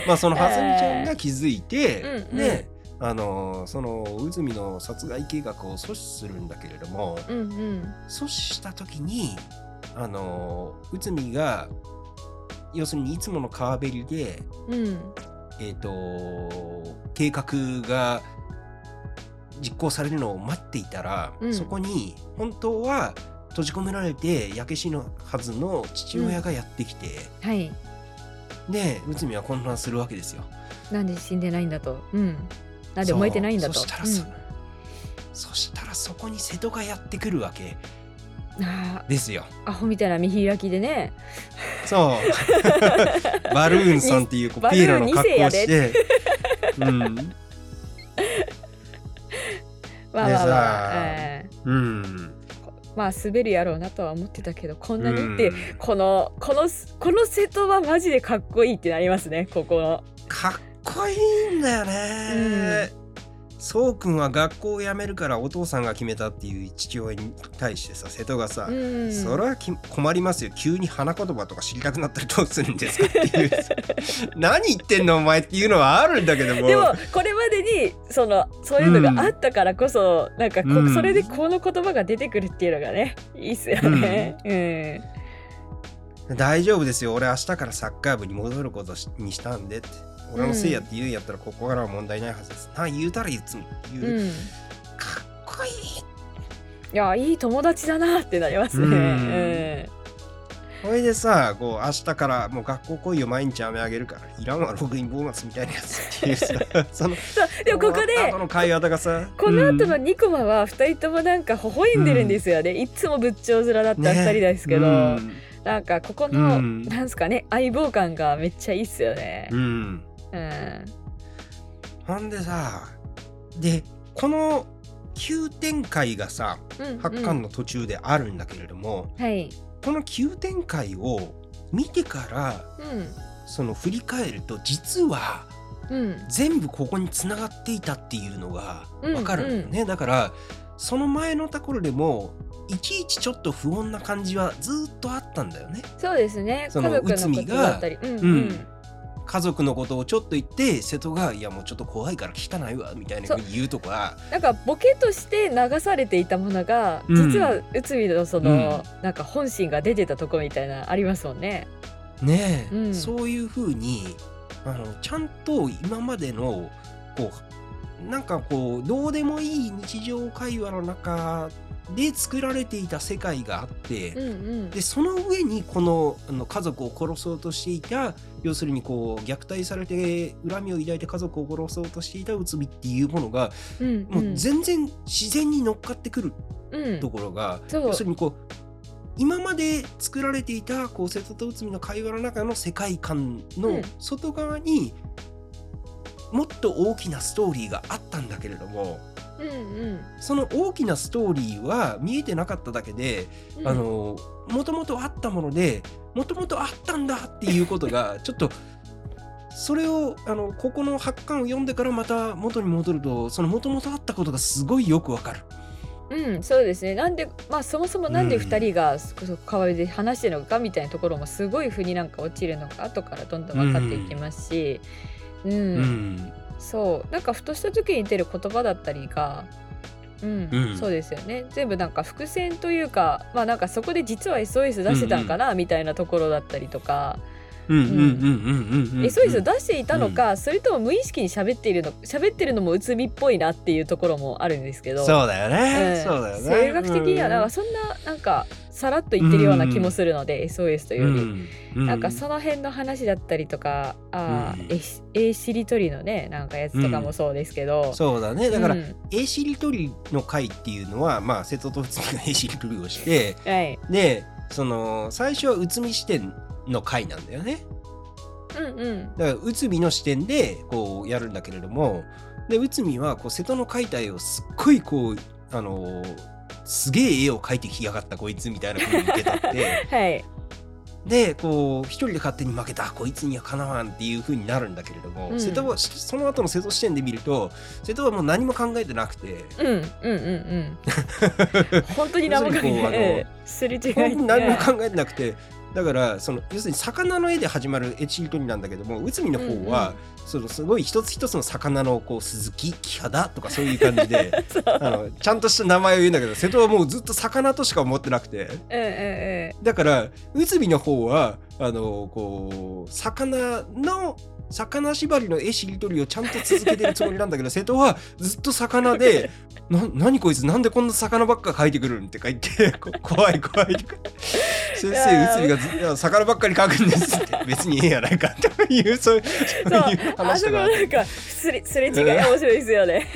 [SPEAKER 1] まあそのはずみちゃんが気づいて、
[SPEAKER 2] えー
[SPEAKER 1] ね、あのその渦海の殺害計画を阻止するんだけれども、
[SPEAKER 2] うんうん
[SPEAKER 1] 阻止した時にあの渦海が要するにいつもの川べりで
[SPEAKER 2] うん
[SPEAKER 1] えっ、と計画が実行されるのを待っていたら、
[SPEAKER 2] うん
[SPEAKER 1] そこに本当は閉じ込められて焼け死のはずの父親がやってきて。
[SPEAKER 2] はい。
[SPEAKER 1] で内海は混乱するわけですよ。
[SPEAKER 2] なんで死んでないんだと。うん。なんで
[SPEAKER 1] そう
[SPEAKER 2] 燃えてないんだと。
[SPEAKER 1] そしたらそ,、そしたらそこに瀬戸がやってくるわけ
[SPEAKER 2] うんあ
[SPEAKER 1] ですよ。
[SPEAKER 2] ーアホみたいな見開きでね。
[SPEAKER 1] そう。バルーンさんっていうこう
[SPEAKER 2] バル
[SPEAKER 1] ピエロ
[SPEAKER 2] ーン
[SPEAKER 1] の
[SPEAKER 2] 二
[SPEAKER 1] 格
[SPEAKER 2] 世
[SPEAKER 1] 好を
[SPEAKER 2] や
[SPEAKER 1] し
[SPEAKER 2] で
[SPEAKER 1] て。うん、
[SPEAKER 2] まあ
[SPEAKER 1] で
[SPEAKER 2] ま
[SPEAKER 1] さ
[SPEAKER 2] あまあ、え
[SPEAKER 1] うん、
[SPEAKER 2] ーまあ滑るやろうなとは思ってたけどこんな
[SPEAKER 1] う
[SPEAKER 2] に
[SPEAKER 1] ん
[SPEAKER 2] って、このこのこの瀬戸はマジでかっこいいってなりますねここの。
[SPEAKER 1] かっこいいんだよね。そうくんは学校を辞めるからお父さんが決めたっていう父親に対してさ瀬戸がさ、
[SPEAKER 2] うん、
[SPEAKER 1] それはき困りますよ急に花言葉とか知りたくなったらどうするんですかって いう何言ってんのお前っていうのはあるんだけども
[SPEAKER 2] でもこれまでにそのそういうのがあったからこそ、なんかこ
[SPEAKER 1] うん
[SPEAKER 2] それでこの言葉が出てくるっていうのがねいいっすよね。うん
[SPEAKER 1] 大丈夫ですよ俺明日からサッカー部に戻ることしにしたんでって俺のせいやって言うんやったらここからは問題ないはずです、な言うたら言うつも言う、
[SPEAKER 2] うんい
[SPEAKER 1] かっこいい
[SPEAKER 2] やいい友達だなってなりますね。
[SPEAKER 1] うん
[SPEAKER 2] うん
[SPEAKER 1] それでさ、こう、明日からもう学校来いよ、毎日飴あげるから、いらんわ、ログインボーナスみたいなやつっていうさ、その、
[SPEAKER 2] そう でもここで
[SPEAKER 1] あの会話だがさ、
[SPEAKER 2] この後の
[SPEAKER 1] うん
[SPEAKER 2] ニコマは2人ともなんか微笑んでるんですよね、いつも仏頂面だった2人ですけど、
[SPEAKER 1] うん
[SPEAKER 2] なんかここの、
[SPEAKER 1] うん
[SPEAKER 2] なんすかね相棒感がめっちゃいいっすよね
[SPEAKER 1] う。ん。
[SPEAKER 2] うん、
[SPEAKER 1] ほんでさ、で、この急展開がさ、
[SPEAKER 2] うんうん
[SPEAKER 1] 発刊の途中であるんだけれども、
[SPEAKER 2] はい、
[SPEAKER 1] この急展開を見てから、
[SPEAKER 2] う
[SPEAKER 1] その振り返ると、実は、
[SPEAKER 2] んうん、
[SPEAKER 1] 全部ここに繋がっていたっていうのがわかるんだよね、だからその前のところでもいちいちちょっと不穏な感じはずーっとあったんだよね
[SPEAKER 2] そうですね
[SPEAKER 1] そ
[SPEAKER 2] 家
[SPEAKER 1] の
[SPEAKER 2] 族のことだったり、うんうん
[SPEAKER 1] うん家族のことをちょっと言って瀬戸が「いやもうちょっと怖いから聞かないわ」みたいな
[SPEAKER 2] そう
[SPEAKER 1] ふうに言うとか
[SPEAKER 2] なんかボケとして流されていたものが、
[SPEAKER 1] うん
[SPEAKER 2] 実は内海のその、
[SPEAKER 1] う
[SPEAKER 2] なんか本心が出てたとこみたいなありますもんね。
[SPEAKER 1] ねえ、
[SPEAKER 2] うん
[SPEAKER 1] そういうふうにあのちゃんと今までのこうなんかこうどうでもいい日常会話の中で作られていた世界があって、
[SPEAKER 2] うんうん
[SPEAKER 1] でその上にこのあの家族を殺そうとしていた要するにこう虐待されて恨みを抱いて家族を殺そうとしていた内海っていうものが
[SPEAKER 2] うん
[SPEAKER 1] も
[SPEAKER 2] うん
[SPEAKER 1] う全然自然に乗っかってくる
[SPEAKER 2] うん
[SPEAKER 1] ところが、
[SPEAKER 2] そう
[SPEAKER 1] 要するにこう今まで作られていたこう瀬戸と内海の会話の中の世界観
[SPEAKER 2] うん
[SPEAKER 1] の外側にもっと大きなストーリーがあったんだけれども
[SPEAKER 2] うんうん
[SPEAKER 1] その大きなストーリーは見えてなかっただけで
[SPEAKER 2] うん
[SPEAKER 1] あのもともとあったものでもともとあったんだっていうことが ちょっとそれをあのここの発刊を読んでからまた元に戻るとそのもともとあったことがすごいよくわかる。
[SPEAKER 2] うん、そうですね。なんで、まあ、そもそもなんで
[SPEAKER 1] うん
[SPEAKER 2] 二人が、そこそこ川辺で話してるのかみたいなところも、すごい腑になんか落ちるのが、後からどんどん分かっていきますし。うん、
[SPEAKER 1] うん
[SPEAKER 2] そう、なんかふとした時に出る言葉だったりが。うん、
[SPEAKER 1] うん
[SPEAKER 2] そうですよね。全部なんか伏線というか、まあ、なんかそこで実は SOS 出してたんかなみたいなところだったりとか。
[SPEAKER 1] うんうんうんうんうんうん
[SPEAKER 2] SOS を出していたのか、それとも無意識に喋っているの、喋ってるのもうつみっぽいなっていうところもあるんですけど。
[SPEAKER 1] そうだよ
[SPEAKER 2] え
[SPEAKER 1] ね
[SPEAKER 2] え。
[SPEAKER 1] そうだよね。
[SPEAKER 2] 生学的にはなん
[SPEAKER 1] う
[SPEAKER 2] かそんななんかさらっと言ってるような気もするので、SOS というより、
[SPEAKER 1] ん
[SPEAKER 2] なんかその辺の話だったりとかあー、
[SPEAKER 1] うん
[SPEAKER 2] えしえしりとりのねなんかやつとかもそうですけど、
[SPEAKER 1] そうだね。だから
[SPEAKER 2] う、ん
[SPEAKER 1] 絵しりとりの会っていうのは、まあ、瀬戸と内海が絵しりとりをして、
[SPEAKER 2] はい、
[SPEAKER 1] で、その、最初は内海視点の会なんだよね。
[SPEAKER 2] うんうん
[SPEAKER 1] だから内海の視点でこうやるんだけれどもで内海はこう瀬戸の解体をすっごいこうあのーすげえ絵を描いてきやがったこいつみたいな風に受け取って
[SPEAKER 2] はい
[SPEAKER 1] でこう一人で勝手に負けたこいつにはかなわんっていう風になるんだけれども、
[SPEAKER 2] うん
[SPEAKER 1] 瀬戸はしその後の瀬戸視点で見ると瀬戸はもう何も考えてなくて
[SPEAKER 2] うんうんうんうん 本当に何も考え
[SPEAKER 1] 要するにこうあの
[SPEAKER 2] てすれ違いって
[SPEAKER 1] 本当に何も考えてなくて。だからその要するに魚の絵で始まる絵しりとりなんだけども内海の方は、そのすごい一つ一つの魚のこう鈴木キハダとかそういう感じで
[SPEAKER 2] そう
[SPEAKER 1] あのちゃんとした名前を言うんだけど瀬戸はもうずっと魚としか思ってなくて
[SPEAKER 2] うんうんうん
[SPEAKER 1] だから内海の方はあのこう魚の魚縛りの絵しりとりをちゃんと続けてるつもりなんだけど瀬戸はずっと魚で 「な何こいつなんでこんな魚ばっか描いてくるん?」って書いてこ「怖い怖い」とか「先生内海がずいや魚ばっかり描くんです」って「別にええやないか」 というそういうそう
[SPEAKER 2] そう
[SPEAKER 1] いう
[SPEAKER 2] あ
[SPEAKER 1] 話
[SPEAKER 2] そ
[SPEAKER 1] と
[SPEAKER 2] こ
[SPEAKER 1] かあ
[SPEAKER 2] な
[SPEAKER 1] っ
[SPEAKER 2] ん
[SPEAKER 1] て
[SPEAKER 2] かすれすれ違い面白いですよね。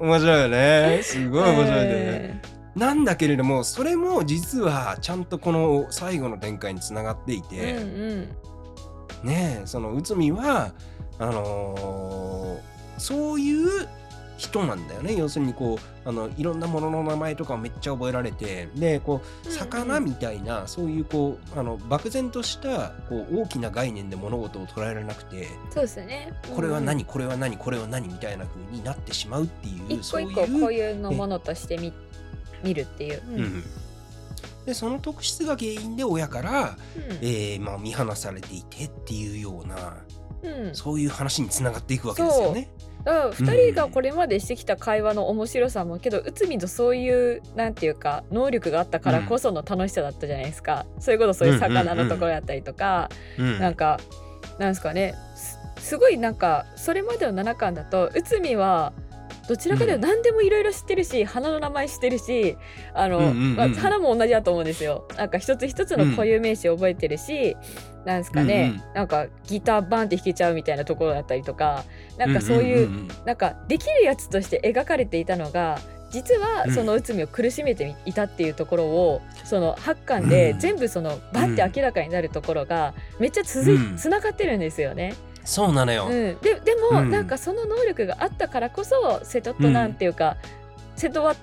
[SPEAKER 1] 面白いよねすごい面白いよね。
[SPEAKER 2] うん
[SPEAKER 1] なんだけれどもそれも実はちゃんとこの最後の展開につながっていて、
[SPEAKER 2] うん
[SPEAKER 1] ねえその内海はあのーそういう人なんだよね要するにこうあのいろんなものの名前とかをめっちゃ覚えられてでこ
[SPEAKER 2] う
[SPEAKER 1] うん魚みたいな、そういうこうあの漠然としたこう大きな概念で物事を捉えられなくて
[SPEAKER 2] そうですね。
[SPEAKER 1] これは
[SPEAKER 2] うんうん
[SPEAKER 1] 何これは何これは何みたいな風になってしまうっていう
[SPEAKER 2] 一
[SPEAKER 1] そ
[SPEAKER 2] 個
[SPEAKER 1] う
[SPEAKER 2] 一個こう
[SPEAKER 1] いう。
[SPEAKER 2] いうのものとして見見るっていう。うん
[SPEAKER 1] うんでその特質が原因で親からえーまあ、見放されていてっていうような
[SPEAKER 2] うんうん
[SPEAKER 1] そういう話につながっていくわけですよね。
[SPEAKER 2] だから二人がこれまでしてきた会話の面白さもけど内海とそういうなんていうか能力があったからこその楽しさだったじゃないですか、それこそそういう魚のところだったりとか、
[SPEAKER 1] うん
[SPEAKER 2] なんかなんですかねすすごいなんかそれまでの7巻だと内海はどちらかというと何でもいろいろ知ってるし、花の名前知ってるしあの、
[SPEAKER 1] うんうんうん
[SPEAKER 2] まあ花も同じだと思うんですよなんか一つ一つの固有名詞を覚えてるし、なんですかね、
[SPEAKER 1] うん
[SPEAKER 2] なんかギターバンって弾けちゃうみたいなところだったりとかなんかそういう,、
[SPEAKER 1] んんん
[SPEAKER 2] なんかできるやつとして描かれていたのが実は
[SPEAKER 1] うん
[SPEAKER 2] その内海を苦しめていたっていうところをその八巻で
[SPEAKER 1] うん
[SPEAKER 2] 全部そのバッて明らかになるところがめっちゃ続い、
[SPEAKER 1] うん
[SPEAKER 2] つながってるんですよね。
[SPEAKER 1] そうなの
[SPEAKER 2] う
[SPEAKER 1] よ。
[SPEAKER 2] ん、ででも、
[SPEAKER 1] うん
[SPEAKER 2] なんかその能力があったからこそ瀬戸となんていうか、瀬戸は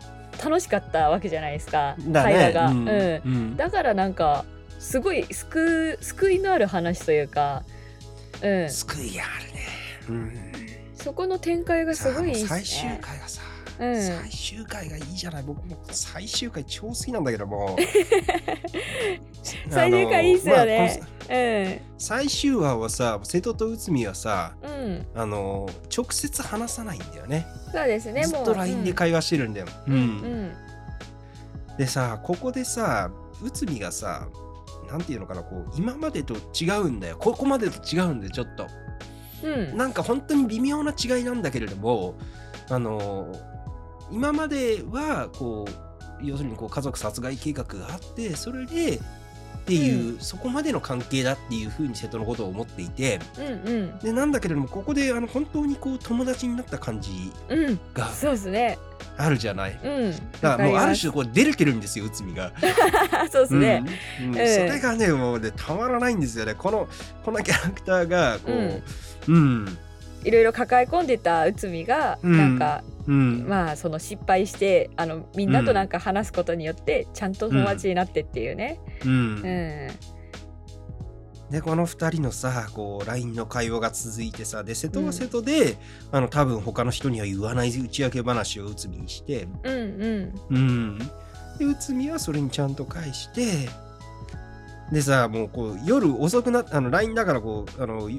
[SPEAKER 2] 楽しかったわけじゃないですか
[SPEAKER 1] だね。
[SPEAKER 2] 平が、
[SPEAKER 1] うん
[SPEAKER 2] うん
[SPEAKER 1] うん
[SPEAKER 2] だからなんかすごい救う救いのある話というか、うん、
[SPEAKER 1] 救いがあるね。うん
[SPEAKER 2] そこの展開がすごいいいっ
[SPEAKER 1] さあもう最
[SPEAKER 2] す
[SPEAKER 1] 終
[SPEAKER 2] ね。
[SPEAKER 1] 回がさ、
[SPEAKER 2] うん
[SPEAKER 1] 最終回がいいじゃない。僕も最終回超好きなんだけども。
[SPEAKER 2] 最終回いいっすよ
[SPEAKER 1] あのまあ
[SPEAKER 2] ね
[SPEAKER 1] この
[SPEAKER 2] うん
[SPEAKER 1] 最終話はさ、瀬戸と内海はさ、
[SPEAKER 2] うん、
[SPEAKER 1] あの直接話さないんだよね。
[SPEAKER 2] そうですね。
[SPEAKER 1] ず
[SPEAKER 2] も
[SPEAKER 1] っ
[SPEAKER 2] う
[SPEAKER 1] と LINE で会話してるんだよ。
[SPEAKER 2] うん、う
[SPEAKER 1] うん
[SPEAKER 2] ん、
[SPEAKER 1] でさここでさ内海がさなんていうのかなこう今までと違うんだよここまでと違うんでちょっと
[SPEAKER 2] うん、うん
[SPEAKER 1] なんか本当に微妙な違いなんだけれどもあの今まではこう要するにこう家族殺害計画があってそれでっていう、そこまでの関係だっていうふうに瀬戸のことを思っていて
[SPEAKER 2] うん、
[SPEAKER 1] でなんだけれどもここであの本当にこう友達になった感じ
[SPEAKER 2] うん、
[SPEAKER 1] が
[SPEAKER 2] そうですね。
[SPEAKER 1] あるじゃない。
[SPEAKER 2] うん、
[SPEAKER 1] だからもう
[SPEAKER 2] わ
[SPEAKER 1] あ
[SPEAKER 2] かり
[SPEAKER 1] る
[SPEAKER 2] ます
[SPEAKER 1] 種こう出れてるんですよ内海が。
[SPEAKER 2] そうですね。
[SPEAKER 1] うんうん
[SPEAKER 2] ええ
[SPEAKER 1] それがねもうねたまらないんですよねこのこのキャラクターがこううん
[SPEAKER 2] いろいろ抱え込んでた内海が、
[SPEAKER 1] うん
[SPEAKER 2] なんか、
[SPEAKER 1] うん、
[SPEAKER 2] まあ、その失敗して、あの、みんなとなんか話すことによって、ちゃんと友達になってっていうね。
[SPEAKER 1] う、
[SPEAKER 2] うんん、
[SPEAKER 1] でこの2人のさこう LINE の会話が続いてさで瀬戸
[SPEAKER 2] うん
[SPEAKER 1] は瀬戸で、あの多分他の人には言わない打ち明け話を内海にして
[SPEAKER 2] うん、うん、
[SPEAKER 1] うんで内海はそれにちゃんと返してでさもうこう夜遅くなあの LINE だからこうあの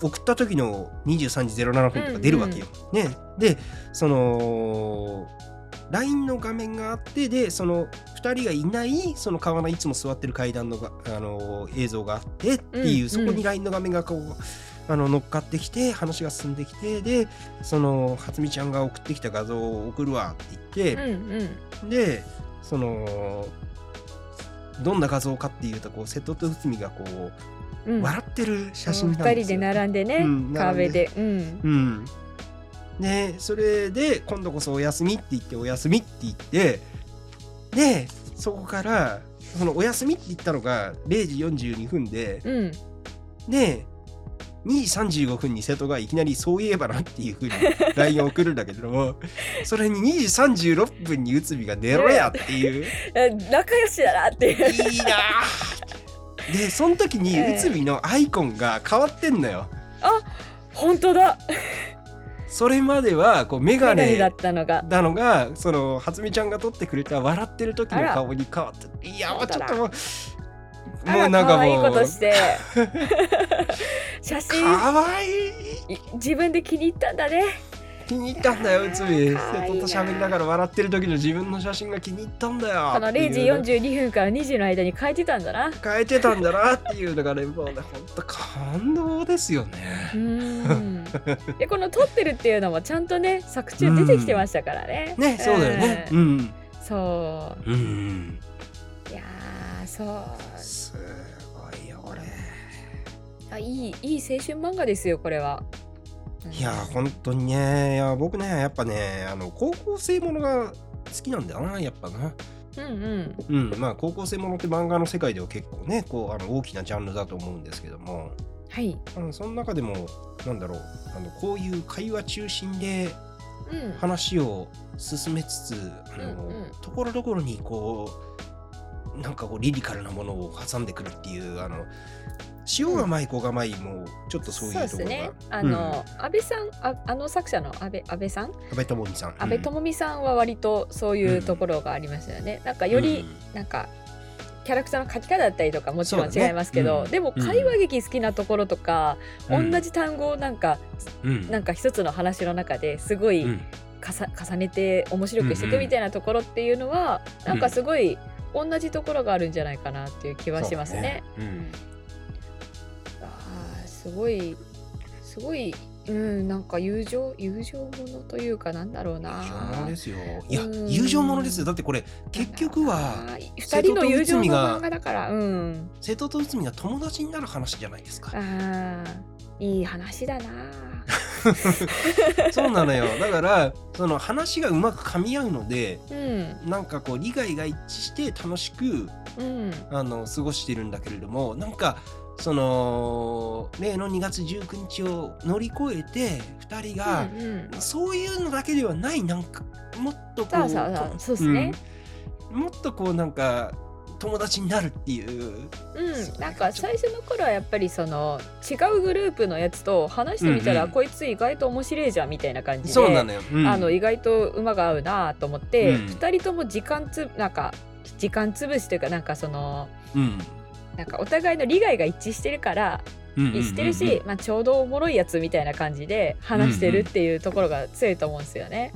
[SPEAKER 1] 送った時の23時07分とか出るわけよ。ねでその LINE の画面があってでその2人がいないその川のいつも座ってる階段のが、あの映像があってっていう、
[SPEAKER 2] うん
[SPEAKER 1] そこ
[SPEAKER 2] うん
[SPEAKER 1] に LINE の画面がこうあの乗っかってきて話が進んできてでその初美ちゃんが送ってきた画像を送るわって言って
[SPEAKER 2] う、ん、うん、
[SPEAKER 1] でそのどんな画像かっていうとこう瀬戸と内海がこう、
[SPEAKER 2] うん。
[SPEAKER 1] 笑ってる写真なん
[SPEAKER 2] 二
[SPEAKER 1] で
[SPEAKER 2] 人
[SPEAKER 1] す
[SPEAKER 2] で
[SPEAKER 1] よ。
[SPEAKER 2] 並んでね、
[SPEAKER 1] うん
[SPEAKER 2] 川
[SPEAKER 1] 並
[SPEAKER 2] 辺
[SPEAKER 1] ん
[SPEAKER 2] で、うん、
[SPEAKER 1] うん、でそれで今度こそお休みって言ってお休みって言ってでそこからそのお休みって言ったのが0時42分で
[SPEAKER 2] うん、
[SPEAKER 1] で2時35分に瀬戸がいきなり「そういえばな」っていうふうに LINE を送るんだけれどもそれに2時36分に内海が「寝ろや」っていう。
[SPEAKER 2] え仲良しだなっていう。
[SPEAKER 1] いいなあでその時に
[SPEAKER 2] ええ
[SPEAKER 1] 内海のアイコンが変わってんのよ
[SPEAKER 2] 本当だ。
[SPEAKER 1] それまではこう眼
[SPEAKER 2] メガネ
[SPEAKER 1] 鏡
[SPEAKER 2] だったのが。
[SPEAKER 1] なのがその初美ちゃんが撮ってくれた笑ってる時の顔に変わっていやもうちょっともう
[SPEAKER 2] あら、
[SPEAKER 1] なんか
[SPEAKER 2] 可愛い
[SPEAKER 1] も
[SPEAKER 2] こ
[SPEAKER 1] う
[SPEAKER 2] と して。写真
[SPEAKER 1] かわいい
[SPEAKER 2] い自分で気に入ったんだね。
[SPEAKER 1] 気に入ったんだよ内海瀬
[SPEAKER 2] かわいいなあ
[SPEAKER 1] 戸と喋りながら笑ってる時の自分の写真が気に入ったんだよ
[SPEAKER 2] この
[SPEAKER 1] っていう
[SPEAKER 2] 0時42分から2時の間に変えてたん だな。う
[SPEAKER 1] 変えてたんだなっていうのがねもうねほんと感動ですよね
[SPEAKER 2] ーん。で、この撮ってるっていうのもちゃんとね、作中出てきてましたからね。
[SPEAKER 1] ねそうだよね
[SPEAKER 2] うん
[SPEAKER 1] うん
[SPEAKER 2] そ
[SPEAKER 1] うん
[SPEAKER 2] う。いやー、そう
[SPEAKER 1] すごいよこれ
[SPEAKER 2] あ。いい、いい青春漫画ですよ、これは。うん
[SPEAKER 1] いやー本当にねいや僕ねやっぱねあの高校生ものが好きなんだよなやっぱな
[SPEAKER 2] うんうん。
[SPEAKER 1] うんまあ高校生ものって漫画の世界では結構ねこうあの大きなジャンルだと思うんですけども
[SPEAKER 2] はい。
[SPEAKER 1] あのその中でもなんだろうあのこういう会話中心で
[SPEAKER 2] うん。
[SPEAKER 1] 話を進めつつあの、
[SPEAKER 2] うんうん
[SPEAKER 1] ところどころにこうなんかこうリリカルなものを挟んでくるっていうあの塩がまい子がまいもちょっとそういう
[SPEAKER 2] で
[SPEAKER 1] と
[SPEAKER 2] す
[SPEAKER 1] ころが、
[SPEAKER 2] ね。あの、安倍さん、あ、あの作者の安倍、安倍さん。
[SPEAKER 1] 安倍智美さん。
[SPEAKER 2] 安倍智美さんは割とそういうところがありましたよね。なんか
[SPEAKER 1] 美
[SPEAKER 2] より、なんかキャラクターの書き方だったりとかもちろん違いますけ
[SPEAKER 1] そうだ
[SPEAKER 2] ど、
[SPEAKER 1] ねうん
[SPEAKER 2] でも
[SPEAKER 1] うん
[SPEAKER 2] 会話劇好きなところとか、
[SPEAKER 1] うん
[SPEAKER 2] 同じ単語をなんか、
[SPEAKER 1] うん
[SPEAKER 2] なんか一つの話の中ですごい
[SPEAKER 1] うん
[SPEAKER 2] かさ重ねて面白くしていくみたいなところっていうのは、
[SPEAKER 1] ん
[SPEAKER 2] なんかすごい同じところがあるんじゃないかなっていう気はしますね。
[SPEAKER 1] そうだね
[SPEAKER 2] あーすごいすごいうんなんか友情友情ものというかなんだろうな
[SPEAKER 1] 友情ものですよ。いや
[SPEAKER 2] う、ん
[SPEAKER 1] 友情ものですよ。だってこれ、結局
[SPEAKER 2] あ
[SPEAKER 1] は、
[SPEAKER 2] ー二人の友情の漫画だからうん
[SPEAKER 1] 瀬戸と内海が友達になる話じゃないです
[SPEAKER 2] あ
[SPEAKER 1] か。
[SPEAKER 2] ーいい話だな
[SPEAKER 1] そうなのよ。だから、その話がうまく噛み合うので、
[SPEAKER 2] うん
[SPEAKER 1] なんかこう、利害が一致して楽しく、
[SPEAKER 2] うん
[SPEAKER 1] あの、過ごしてるんだけれども、なんか、その、例の2月19日を乗り越えて、2人が、
[SPEAKER 2] うんうん
[SPEAKER 1] そういうのだけではないなんかもっとこ
[SPEAKER 2] そううそうそう
[SPEAKER 1] と
[SPEAKER 2] そうっすね
[SPEAKER 1] うんもっとこうなんか友達になるっていうそう
[SPEAKER 2] うん、
[SPEAKER 1] ね
[SPEAKER 2] なんか最初の頃はやっぱりその違うグループのやつと話してみた
[SPEAKER 1] う
[SPEAKER 2] ら、
[SPEAKER 1] んうん
[SPEAKER 2] こいつ意外と面白いじゃんみたいな感じで
[SPEAKER 1] そうなのよ、うん
[SPEAKER 2] あの意外と馬が合うなと思っ
[SPEAKER 1] う
[SPEAKER 2] て、
[SPEAKER 1] ん
[SPEAKER 2] 2人とも時間つなんか時間潰しというかなんかその
[SPEAKER 1] うん
[SPEAKER 2] なんかお互いの利害が一致してるから、
[SPEAKER 1] うんうんうんうん
[SPEAKER 2] してるし、まあ、ちょうどおもろいやつみたいな感じで話してるっていうところが強いと思うんですよね。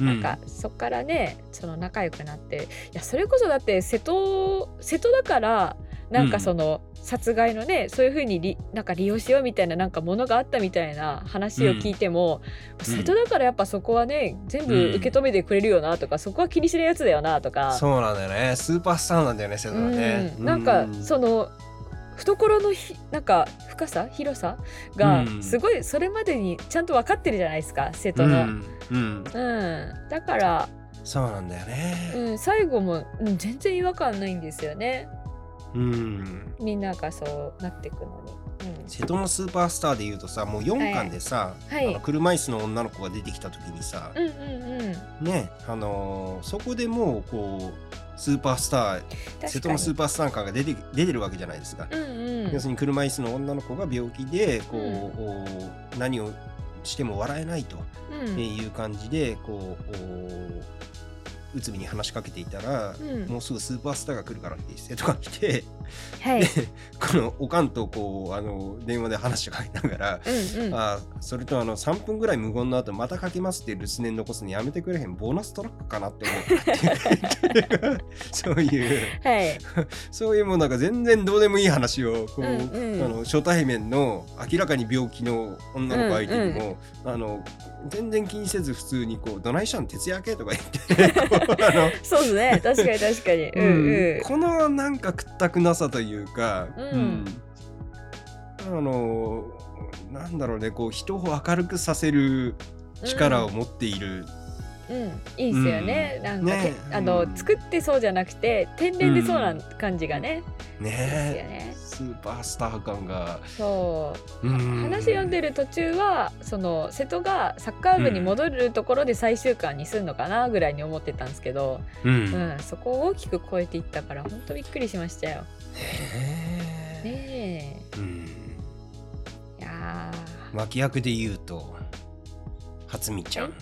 [SPEAKER 1] う
[SPEAKER 2] なんかそっからねその仲良くなっていやそれこそだって瀬戸瀬戸だからなんかその、殺害のねそういう風にりなんか利用しようみたいななんかものがあったみたいな話を聞いても、瀬戸だからやっぱそこはね全部受け止めてくれるよなとか、そこは気にしないやつだよなとか
[SPEAKER 1] そうなんだよねスーパースターなんだよね瀬戸はね、
[SPEAKER 2] うん、なんか、
[SPEAKER 1] うん
[SPEAKER 2] その懐のひなんか深さ広さが
[SPEAKER 1] うん
[SPEAKER 2] すごいそれまでにちゃんと分かってるじゃないですか瀬戸の。う
[SPEAKER 1] うんんうん
[SPEAKER 2] だから、
[SPEAKER 1] そうなんだよね
[SPEAKER 2] うん、最後も、うん、全然違和感ないんですよね
[SPEAKER 1] うん、
[SPEAKER 2] みんながそうなっていくのに。
[SPEAKER 1] 瀬戸のスーパースターでいうとさもう4巻でさ、
[SPEAKER 2] はいはい
[SPEAKER 1] あの車椅子の女の子が出てきた時にさ、
[SPEAKER 2] うん、うん、うんうん
[SPEAKER 1] ねあのーそこでもうこうスーパースター瀬
[SPEAKER 2] 確
[SPEAKER 1] 戸
[SPEAKER 2] か
[SPEAKER 1] の
[SPEAKER 2] に
[SPEAKER 1] スーパースター感が出て出てるわけじゃないですか、
[SPEAKER 2] うんうん
[SPEAKER 1] 要するに車椅子の女の子が病気でこう、
[SPEAKER 2] うん
[SPEAKER 1] お何をしても笑えないと
[SPEAKER 2] うん
[SPEAKER 1] いう感じでこうおうつみに話しかけていたら、
[SPEAKER 2] うん
[SPEAKER 1] もうすぐスーパースターが来るからって生徒が来て
[SPEAKER 2] はい、
[SPEAKER 1] このおかんとこうあの電話で話しかけながら。
[SPEAKER 2] うんうん、
[SPEAKER 1] あそれとあの3分ぐらい無言の後またかけますって留守電残すのやめてくれへんボーナストラックかなって思ったっていう そういう
[SPEAKER 2] はい、
[SPEAKER 1] そういうもうなんか全然どうでもいい話をこう、
[SPEAKER 2] うんうん
[SPEAKER 1] あの初対面の明らかに病気の女の子相手にも、あの全然気にせず普通にこう「どないしたん徹夜明け」とか言ってこうあの、
[SPEAKER 2] そうですね確かに確かに。うんうん
[SPEAKER 1] このなんか屈託なさというか、
[SPEAKER 2] うん
[SPEAKER 1] あのなんだろうねこう人を明るくさせる力を持っている、
[SPEAKER 2] うん、いいですよね、なんかて
[SPEAKER 1] ね
[SPEAKER 2] あの、
[SPEAKER 1] うん
[SPEAKER 2] 作ってそうじゃなくて天然でそうな感じがね、
[SPEAKER 1] ね
[SPEAKER 2] ですよね
[SPEAKER 1] スーパースター感が、
[SPEAKER 2] そう
[SPEAKER 1] うん
[SPEAKER 2] 話読んでる途中はその瀬戸がサッカー部に戻るところで最終巻にすんのかなぐらいに思ってたんですけど、
[SPEAKER 1] うん
[SPEAKER 2] うんそこを大きく超えていったから本当びっくりしましたよ。
[SPEAKER 1] ねえ
[SPEAKER 2] ね
[SPEAKER 1] うん
[SPEAKER 2] えいや
[SPEAKER 1] 脇役で言うと初美ちゃん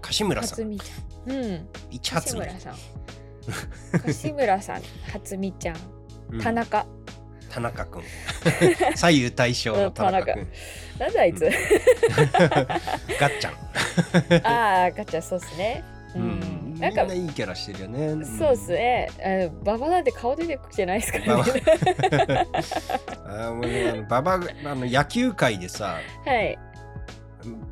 [SPEAKER 1] 樫村
[SPEAKER 2] ー
[SPEAKER 1] さ
[SPEAKER 2] 初
[SPEAKER 1] ん
[SPEAKER 2] 見ちゃん、うん、
[SPEAKER 1] 一
[SPEAKER 2] 樫
[SPEAKER 1] 初美
[SPEAKER 2] 村 さん樫村さん初見ちゃん
[SPEAKER 1] うん
[SPEAKER 2] 田中、
[SPEAKER 1] 田中 君左右対称の田中君
[SPEAKER 2] なんだあ いつ、
[SPEAKER 1] ガッちゃん
[SPEAKER 2] ああガチャそうっすね。うん
[SPEAKER 1] うんみ
[SPEAKER 2] なんんか
[SPEAKER 1] ないいキャラしてるよね
[SPEAKER 2] そうっすね。えー、ババなんて顔出てくるじゃないですから
[SPEAKER 1] 馬場
[SPEAKER 2] ね。
[SPEAKER 1] あーもうねあの馬場があの野球界でさ
[SPEAKER 2] はい。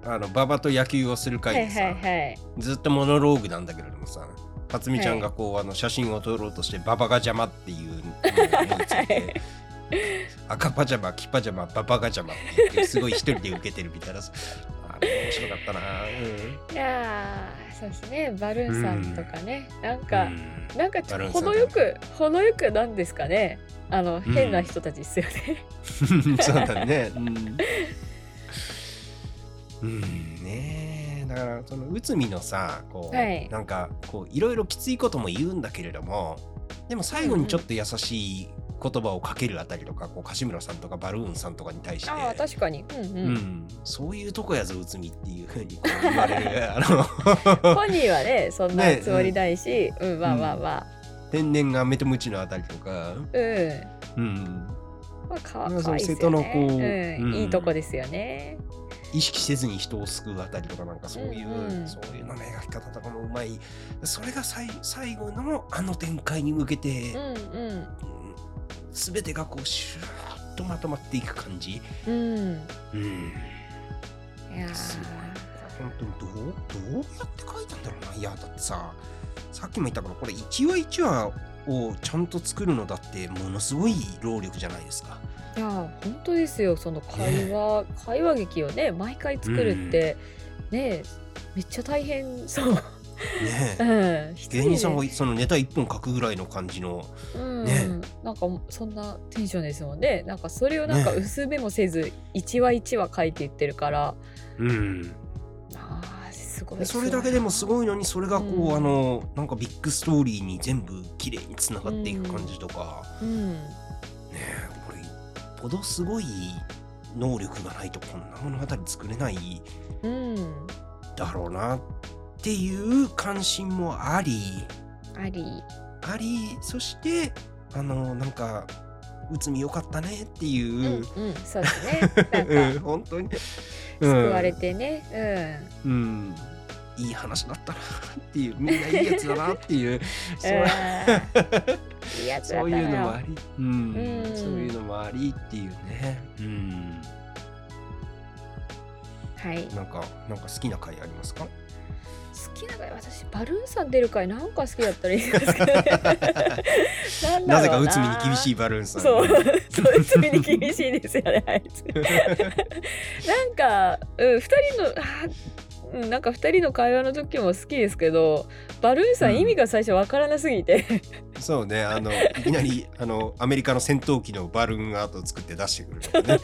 [SPEAKER 1] あの馬場と野球をする
[SPEAKER 2] は
[SPEAKER 1] 会
[SPEAKER 2] い
[SPEAKER 1] でさ、
[SPEAKER 2] はいはい。
[SPEAKER 1] ずっとモノローグなんだけれどもさ初美ちゃんがこう、あの写真を撮ろうとして馬場が邪魔っていうのを思いついて、
[SPEAKER 2] はい
[SPEAKER 1] 赤パジャマ黄パジャマババガジャマって言ってすごい一人で受けてるみたいなあれ面白かったな、
[SPEAKER 2] いやー、そうですね。バルーンさんとかね、なんか、
[SPEAKER 1] うん
[SPEAKER 2] なんか
[SPEAKER 1] バルーンさん
[SPEAKER 2] 程よく程よくなんですかね。あの変な人たちです よね。
[SPEAKER 1] うんそうだねうん、うん、ねえだからその内海のさこう、
[SPEAKER 2] はい
[SPEAKER 1] なんかこういろいろきついことも言うんだけれどもでも最後にちょっと優しい言葉をかけるあたりとかこう柏村さんとかバルーンさんとかに対して
[SPEAKER 2] ああ確かに。うんう。
[SPEAKER 1] うんん、そういうとこやぞ内海っていうふうにこう言われるあの
[SPEAKER 2] 本人はねそんな
[SPEAKER 1] ね
[SPEAKER 2] つもりないし、うんまあまあまあ、
[SPEAKER 1] 天然が目とムチのあたりとか、
[SPEAKER 2] うん。
[SPEAKER 1] うん、
[SPEAKER 2] まあかわ
[SPEAKER 1] そ
[SPEAKER 2] か
[SPEAKER 1] の
[SPEAKER 2] わいいですよね。
[SPEAKER 1] 瀬戸のこう
[SPEAKER 2] うん
[SPEAKER 1] うん
[SPEAKER 2] いいとこですよね。
[SPEAKER 1] 意識せずに人を救うあたりとかなんかそういう、
[SPEAKER 2] うんうん
[SPEAKER 1] そういうのの描き方とかもうまいそれがさい最後のあの展開に向けて、
[SPEAKER 2] うんうん
[SPEAKER 1] うん全てがこうシューッとまとまっていく感じ、
[SPEAKER 2] うん。
[SPEAKER 1] うん、んですよ。本当にどうどうやって書いたんだろうないやだってささっきも言ったけどこれ一話一話をちゃんと作るのだってものすごい労力じゃないですか。
[SPEAKER 2] いや本当ですよその会話、会話劇をね毎回作るって、ねめっちゃ大変そう、
[SPEAKER 1] ね
[SPEAKER 2] う
[SPEAKER 1] え
[SPEAKER 2] ん、
[SPEAKER 1] 芸人さん
[SPEAKER 2] も
[SPEAKER 1] がそのネタ1本書くぐらいの感じの
[SPEAKER 2] うん
[SPEAKER 1] ね
[SPEAKER 2] なんかそんなテンションですもんねなんかそれをなんか
[SPEAKER 1] ね
[SPEAKER 2] 薄めもせず一話一話書いていってるから、
[SPEAKER 1] うん
[SPEAKER 2] あーすごい
[SPEAKER 1] でそれだけでもす
[SPEAKER 2] い
[SPEAKER 1] ごいのにそれがこう、
[SPEAKER 2] うん
[SPEAKER 1] あのなんかビッグストーリーに全部綺麗につながっていく感じとか、
[SPEAKER 2] うん
[SPEAKER 1] ねえこれよっぽどすごい能力がないとこんな物語作れない
[SPEAKER 2] うん
[SPEAKER 1] だろうなっていう関心もあり
[SPEAKER 2] あり
[SPEAKER 1] ありそしてあのなんか内海よかったねっていうう、
[SPEAKER 2] ん、うん、そうです ね
[SPEAKER 1] う
[SPEAKER 2] なん
[SPEAKER 1] ん
[SPEAKER 2] か
[SPEAKER 1] 本当に
[SPEAKER 2] 救われてね
[SPEAKER 1] うん、うんいい話だったなっていうみんないいやつだなっていう
[SPEAKER 2] う
[SPEAKER 1] そ
[SPEAKER 2] ん、
[SPEAKER 1] う
[SPEAKER 2] うんいいやつだ
[SPEAKER 1] そ
[SPEAKER 2] っ
[SPEAKER 1] う
[SPEAKER 2] た
[SPEAKER 1] いうの
[SPEAKER 2] の
[SPEAKER 1] も
[SPEAKER 2] よ
[SPEAKER 1] あり、うん
[SPEAKER 2] うん
[SPEAKER 1] そういうのもありっていうね、うん、
[SPEAKER 2] はい
[SPEAKER 1] なんかなんか好きな回あり ますか
[SPEAKER 2] 好きな回私バルーンさん出る回なんか好きだったらいいですけどねなんだろうな
[SPEAKER 1] なぜか内海に厳しいバルーンさん
[SPEAKER 2] そうそう内海に厳しいですよねあいつなんか、うん、2人のあうんなんか2人の会話の時も好きですけどバルーンさ
[SPEAKER 1] うん
[SPEAKER 2] ん意味が最初わからなすぎて、
[SPEAKER 1] そうねあのいきなりあのアメリカの戦闘機のバルーンアートを作って出してくるとかね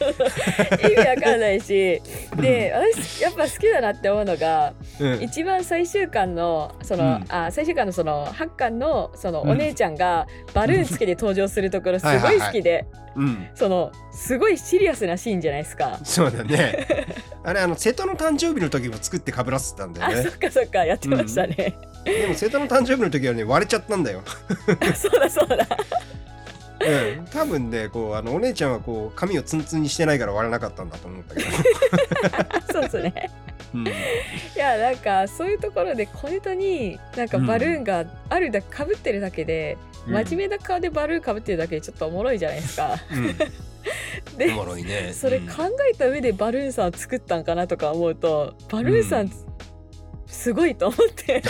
[SPEAKER 2] 意味わからないし で私やっぱ好きだなって思うのが
[SPEAKER 1] うん
[SPEAKER 2] 一番最終巻のその、
[SPEAKER 1] うん
[SPEAKER 2] あ最終巻のその8巻のその
[SPEAKER 1] うん
[SPEAKER 2] お姉ちゃんがバルーン付きで登場するところすごい好きで、
[SPEAKER 1] うん
[SPEAKER 2] そのすごいシリアスなシーンじゃないですか。
[SPEAKER 1] そうだねあれあの瀬戸の誕生日の時も作ってかぶらせてたんだ
[SPEAKER 2] あ、
[SPEAKER 1] よ
[SPEAKER 2] そ
[SPEAKER 1] ね
[SPEAKER 2] っかそっかやってましたね。
[SPEAKER 1] でも瀬戸の誕生日の時はね割れちゃったんだよ
[SPEAKER 2] そうだそうだ。
[SPEAKER 1] うん多分ねこうあのお姉ちゃんはこう髪をツンツンにしてないから割れなかったんだと思った けど、
[SPEAKER 2] そうですね。
[SPEAKER 1] うん
[SPEAKER 2] いやなんかそういうところで小ネタになんかバルーンがあるだかぶってるだけで、真面目な顔でバルーンかぶってるだけでちょっとおもろいじゃないで すか。
[SPEAKER 1] 目、うん、
[SPEAKER 2] で
[SPEAKER 1] おもろいね
[SPEAKER 2] それ
[SPEAKER 1] うん
[SPEAKER 2] 考えた上でバルーンさんを作ったんかなとか思うとバルーンさ
[SPEAKER 1] うん
[SPEAKER 2] んすごいと 思って。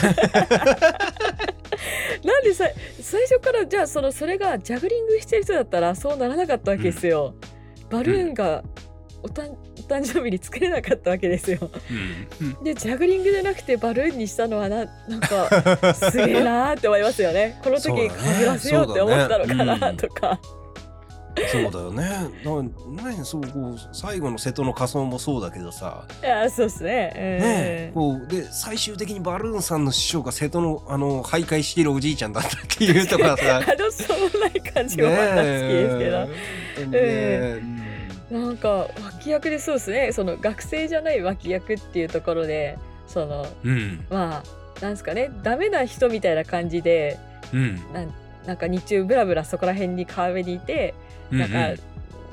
[SPEAKER 2] なんでさ最初からじゃあそのそれがジャグリングしてる人だったらそうならなかったわけですよ。バルーンがおたんお誕生日に作れなかったわけですよ。
[SPEAKER 1] うん
[SPEAKER 2] でジャグリングじゃなくてバルーンにしたのはななん かすげえなーって思いますよね。この
[SPEAKER 1] そうだ
[SPEAKER 2] 時
[SPEAKER 1] ね
[SPEAKER 2] かぶらせようって思ったのか
[SPEAKER 1] そうだねう
[SPEAKER 2] なんとか。
[SPEAKER 1] そうだよねななんそうこう最後の瀬戸の仮装もそうだけどさ、
[SPEAKER 2] いやそうですね。うん
[SPEAKER 1] ねえこうで最終的にバルーンさんの師匠が瀬戸のあの徘徊しているおじいちゃんだったっていうとか さ
[SPEAKER 2] あのしょうもない感じ
[SPEAKER 1] ね
[SPEAKER 2] もまた好きですけど、
[SPEAKER 1] えねえ
[SPEAKER 2] なんか脇役でそうですねその学生じゃない脇役っていうところでその
[SPEAKER 1] うん
[SPEAKER 2] まあなんですかねダメな人みたいな感じで
[SPEAKER 1] うん
[SPEAKER 2] なんなんか日中ブラブラそこら辺に川辺にいて
[SPEAKER 1] うん
[SPEAKER 2] なんか、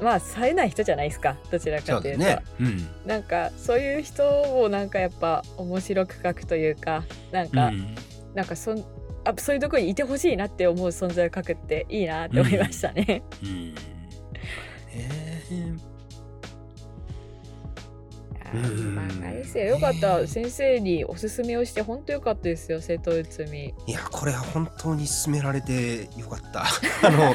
[SPEAKER 2] まあ冴えない人じゃないですかどちら
[SPEAKER 1] そ
[SPEAKER 2] か
[SPEAKER 1] う
[SPEAKER 2] と
[SPEAKER 1] だ
[SPEAKER 2] いう
[SPEAKER 1] よ
[SPEAKER 2] と
[SPEAKER 1] ねうん
[SPEAKER 2] なんかそういう人をなんかやっぱ面白く描くというかなんか、
[SPEAKER 1] うん
[SPEAKER 2] なんかそんあそういうとこにいてほしいなって思う存在を描くっていいなって思いましたね。
[SPEAKER 1] うんねえ
[SPEAKER 2] あー
[SPEAKER 1] うん
[SPEAKER 2] 漫画ですよ。よかった。先生におすすめをして、本当よかったですよ。瀬戸内海。
[SPEAKER 1] いやこれは本当に勧められてよかった あの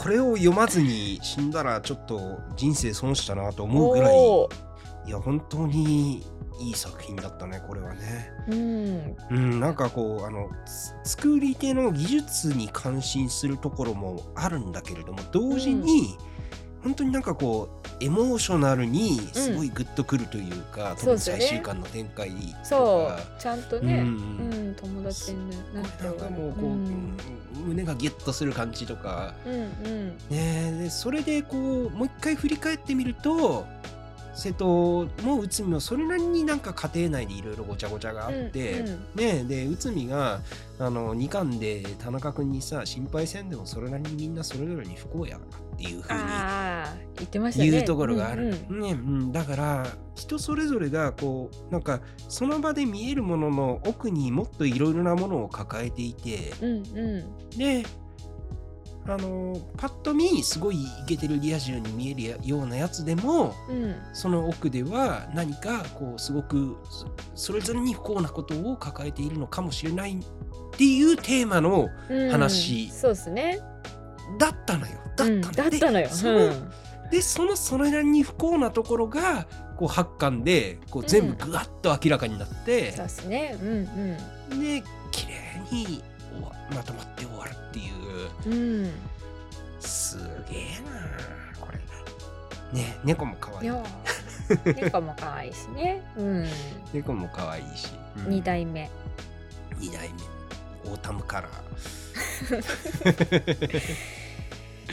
[SPEAKER 1] これを読まずに死んだらちょっと人生損したなと思うぐらい
[SPEAKER 2] おー
[SPEAKER 1] いや本当にいい作品だったねこれはね
[SPEAKER 2] うん。
[SPEAKER 1] うんなんかこうあのつ作り手の技術に感心するところもあるんだけれども同時に、本当になんかこうエモーショナルにすごいグッとくるというか、特
[SPEAKER 2] そう
[SPEAKER 1] に
[SPEAKER 2] ですよ
[SPEAKER 1] 最
[SPEAKER 2] ね
[SPEAKER 1] 終巻の展開とか
[SPEAKER 2] そう。ちゃんと
[SPEAKER 1] う
[SPEAKER 2] ね。うんん、友達になって
[SPEAKER 1] なん
[SPEAKER 2] お
[SPEAKER 1] か
[SPEAKER 2] る
[SPEAKER 1] もうこう、
[SPEAKER 2] うん
[SPEAKER 1] 胸がギュッとする感じとか、
[SPEAKER 2] うんうん。
[SPEAKER 1] ねえ、でそれでこうもう一回振り返ってみると瀬戸も内海もそれなりになんか家庭内でいろいろごちゃごちゃがあって、
[SPEAKER 2] うんう
[SPEAKER 1] ね
[SPEAKER 2] ん
[SPEAKER 1] えで内海があの2巻で田中君にさ心配せんでもそれなりにみんなそれぞれに不幸やからっていうふうに
[SPEAKER 2] ああ、言ってましたね。
[SPEAKER 1] 言うところがある、
[SPEAKER 2] うん
[SPEAKER 1] ね
[SPEAKER 2] うん
[SPEAKER 1] うん、だから人それぞれがこうなんかその場で見えるものの奥にもっといろいろなものを抱えていて
[SPEAKER 2] うんうん。
[SPEAKER 1] でああのパッと見すごいイケてるリア充に見えるやようなやつでも
[SPEAKER 2] うん
[SPEAKER 1] その奥では何かこうすごくそそれぞれに不幸なことを抱えているのかもしれないっていうテーマの
[SPEAKER 2] うん
[SPEAKER 1] 話
[SPEAKER 2] そうですね
[SPEAKER 1] だったのよ。だ
[SPEAKER 2] うん
[SPEAKER 1] ったの,で、
[SPEAKER 2] のよ
[SPEAKER 1] その
[SPEAKER 2] うん
[SPEAKER 1] でそのそれなりに不幸なところがこう八巻でこう全部ぐわっと明らかになって
[SPEAKER 2] そう、ですねうん
[SPEAKER 1] で綺麗に終わまとまって終わるっていう
[SPEAKER 2] うんうん
[SPEAKER 1] すげえなあこれね猫も可
[SPEAKER 2] い
[SPEAKER 1] 愛い
[SPEAKER 2] や猫も可愛いしねうん
[SPEAKER 1] 猫も可愛いし、うん
[SPEAKER 2] 二代目
[SPEAKER 1] 二代目オータムカラー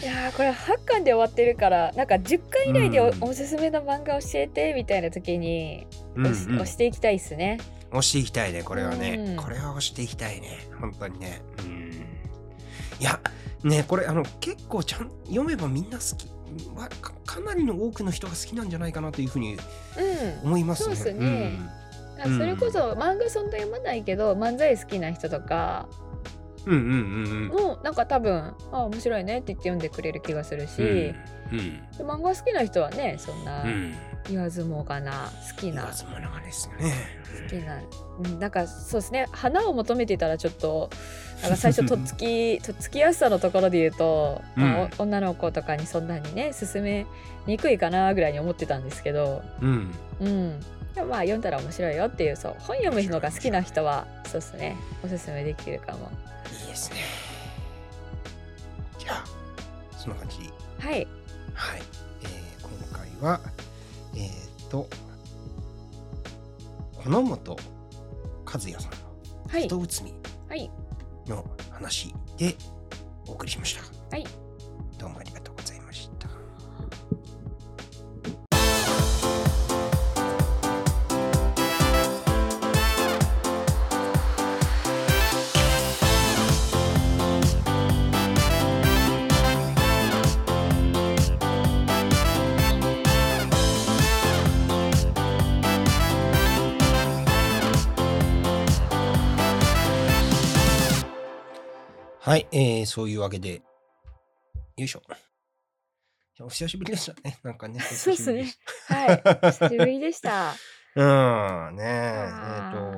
[SPEAKER 2] いやーこれ8巻で終わってるからなんか10巻以内でお,、
[SPEAKER 1] うん
[SPEAKER 2] おすすめの漫画教えてみたいな時に
[SPEAKER 1] うん、う
[SPEAKER 2] 押
[SPEAKER 1] ん、
[SPEAKER 2] し,、押していきたいですね。
[SPEAKER 1] 押していきたいねこれはね、
[SPEAKER 2] うん
[SPEAKER 1] これは押していきたいね本当にねうんいやねこれあの結構ちゃん読めばみんな好きわかかなりの多くの人が好きなんじゃないかなというふうに
[SPEAKER 2] うん、
[SPEAKER 1] 思いますね
[SPEAKER 2] そうっすねあそれこそ漫画そんな読まないけど漫才好きな人とか
[SPEAKER 1] うん、うんうんうんうん
[SPEAKER 2] もなんか多分「あ面白いね」って言って読んでくれる気がするし、
[SPEAKER 1] うん
[SPEAKER 2] 漫画好きな人はねそんな
[SPEAKER 1] うんうん
[SPEAKER 2] 言わずもがな好き
[SPEAKER 1] 言
[SPEAKER 2] な
[SPEAKER 1] わずもがなですよね
[SPEAKER 2] 好きな、うん、なんかそうですね花を求めてたらちょっとなんか最初とっつ きとっつきやすさのところで言うと、まあ
[SPEAKER 1] うん
[SPEAKER 2] お女の子とかにそんなにね勧めにくいかなぐらいに思ってたんですけど、
[SPEAKER 1] うん
[SPEAKER 2] うん、でもまあ読んだら面白いよっていうそう本読むのが好きな人はそうですねおすすめできるかも。
[SPEAKER 1] いいですねじゃあそんな感じ
[SPEAKER 2] はい、
[SPEAKER 1] はい、えー今回はえーっと榎本和也さんの
[SPEAKER 2] はい
[SPEAKER 1] 人内海
[SPEAKER 2] はい
[SPEAKER 1] の話でお送りしました。
[SPEAKER 2] はい、
[SPEAKER 1] どうもありがとうございました。はい、えー、そういうわけで、よいしょ。いやお久しぶりでしたね。なんかね。
[SPEAKER 2] そうっすね
[SPEAKER 1] お久しぶりした。
[SPEAKER 2] はい、久しぶりでした。
[SPEAKER 1] うん、ねえ、え
[SPEAKER 2] あー
[SPEAKER 1] ー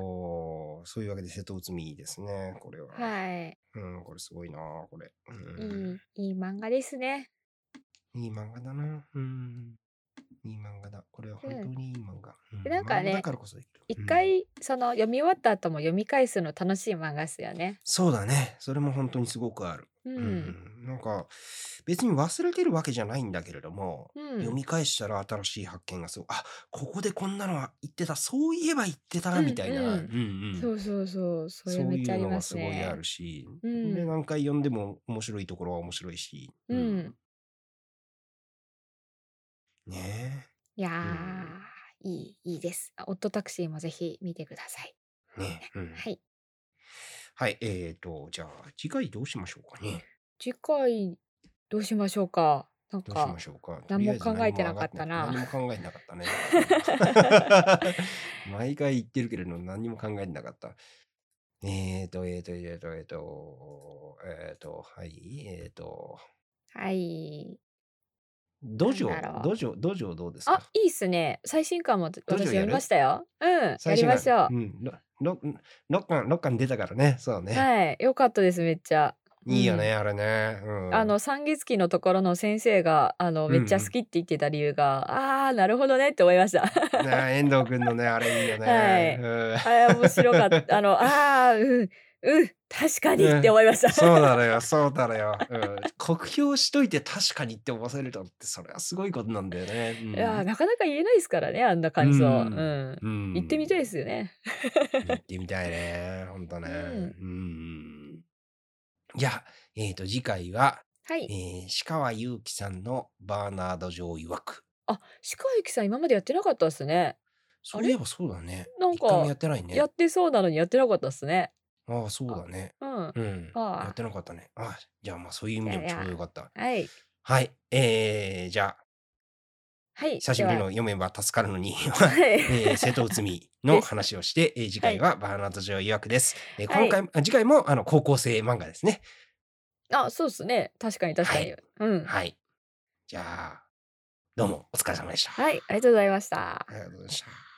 [SPEAKER 1] と、そういうわけで瀬戸内海ですね、これは。
[SPEAKER 2] はい、
[SPEAKER 1] うん、これすごいな、これ。う
[SPEAKER 2] い
[SPEAKER 1] ん、
[SPEAKER 2] いいい漫画ですね。
[SPEAKER 1] いい漫画だな。うん。いい漫画だ。これは本当にいい漫画。う
[SPEAKER 2] でなんかね
[SPEAKER 1] 漫画だからこそできる
[SPEAKER 2] 一、
[SPEAKER 1] うん
[SPEAKER 2] 回その読み終わった後も読み返すの楽しい漫画ですよね。
[SPEAKER 1] そうだね。それも本当にすごくある。
[SPEAKER 2] う。
[SPEAKER 1] うんなんか、別に忘れてるわけじゃないんだけれども、
[SPEAKER 2] うん、
[SPEAKER 1] 読み返したら新しい発見がすごい。あここでこんなのは言ってた。そういえば言ってたな、みたいな。
[SPEAKER 2] うんうん
[SPEAKER 1] うん
[SPEAKER 2] そうそうそう、そ
[SPEAKER 1] そう
[SPEAKER 2] れめ
[SPEAKER 1] い
[SPEAKER 2] っちゃあ
[SPEAKER 1] う
[SPEAKER 2] り
[SPEAKER 1] の
[SPEAKER 2] ま
[SPEAKER 1] が
[SPEAKER 2] す
[SPEAKER 1] すごい
[SPEAKER 2] ね
[SPEAKER 1] あ。るし、
[SPEAKER 2] うん
[SPEAKER 1] で何回読んでも面白いところは面白いし、
[SPEAKER 2] うん。
[SPEAKER 1] ね
[SPEAKER 2] いやー、いい、いいです。あオットタクシーもぜひ見てください。
[SPEAKER 1] えねえ、うん
[SPEAKER 2] はい。
[SPEAKER 1] はいえー、とじゃあ次回どうしましょうかね
[SPEAKER 2] 次回、どうしましょうか。なん
[SPEAKER 1] どうし
[SPEAKER 2] か
[SPEAKER 1] ま、しょうか
[SPEAKER 2] 何
[SPEAKER 1] とり
[SPEAKER 2] も
[SPEAKER 1] あえず何
[SPEAKER 2] 考えてなかったな
[SPEAKER 1] 何も考えてなかった ね 毎回言ってるけれど何も考えてなかったえー、とえー、とえー、とえー、とえー、とはいえー、と
[SPEAKER 2] はい。
[SPEAKER 1] 土
[SPEAKER 2] なんだろ
[SPEAKER 1] 壌土壌
[SPEAKER 2] う
[SPEAKER 1] 土壌どうですか
[SPEAKER 2] あ、いいっすね。最新刊も私
[SPEAKER 1] どうしよう
[SPEAKER 2] 読
[SPEAKER 1] や
[SPEAKER 2] み
[SPEAKER 1] る
[SPEAKER 2] ましたよ。うん、や
[SPEAKER 1] 最
[SPEAKER 2] り
[SPEAKER 1] 初
[SPEAKER 2] ましょう。
[SPEAKER 1] ん、ろろ六巻六巻出たからねそうね、
[SPEAKER 2] はい、良かったです、めっちゃ。
[SPEAKER 1] いいよ
[SPEAKER 2] う
[SPEAKER 1] ね、あれね。うん、
[SPEAKER 2] あの、三月期のところの先生があの
[SPEAKER 1] うんう
[SPEAKER 2] め
[SPEAKER 1] ん
[SPEAKER 2] っちゃ好きって言ってた理由が、ああなるほどねって思いました
[SPEAKER 1] ね遠藤君のね、あれいいよね。
[SPEAKER 2] はい
[SPEAKER 1] うん
[SPEAKER 2] あれ面白かっ たあのああうんうん確かに
[SPEAKER 1] ね
[SPEAKER 2] って思いました、
[SPEAKER 1] そうなのよ、そうなのよ。うん、酷評しといて確かにって思わせるのって、それはすごいことなんだよね。うん、
[SPEAKER 2] いやーなかなか言えないですからねあんな感想、う
[SPEAKER 1] うん
[SPEAKER 2] ん
[SPEAKER 1] うん
[SPEAKER 2] 言ってみたいですよね
[SPEAKER 1] 行ってみたいね、本当ね。
[SPEAKER 2] う
[SPEAKER 1] うん。じゃあ、えっ、と、次回は、
[SPEAKER 2] は
[SPEAKER 1] え
[SPEAKER 2] い
[SPEAKER 1] ー、鹿川祐希さんのバーナード・上曰く。
[SPEAKER 2] あ鹿幸さん今までやってなかったですね
[SPEAKER 1] そういえばそうだね。
[SPEAKER 2] なんか
[SPEAKER 1] 一回もやってないね。
[SPEAKER 2] やってそうなのにやってなかったですね
[SPEAKER 1] ああ、そうだね。
[SPEAKER 2] うん
[SPEAKER 1] うん。
[SPEAKER 2] ああ
[SPEAKER 1] やってなかったね。あじゃあまあそういう意味でもちょうどよかった。
[SPEAKER 2] はい
[SPEAKER 1] はい。えー、じゃあ、
[SPEAKER 2] はい
[SPEAKER 1] 久しぶり
[SPEAKER 2] で
[SPEAKER 1] の
[SPEAKER 2] は
[SPEAKER 1] 読めば助かるのに、
[SPEAKER 2] はい、
[SPEAKER 1] えー、瀬戸内海の話をして、えー次回はバーナード・ジョー曰くです。えー
[SPEAKER 2] は
[SPEAKER 1] 今
[SPEAKER 2] い
[SPEAKER 1] 回、あ次回もあの高校生漫画ですね。
[SPEAKER 2] あ、そうですね。確かに確かに。うん。
[SPEAKER 1] はい。じゃあ、どうもお疲れ様でした。
[SPEAKER 2] はい、ありがとうございました。
[SPEAKER 1] ありがとうございました。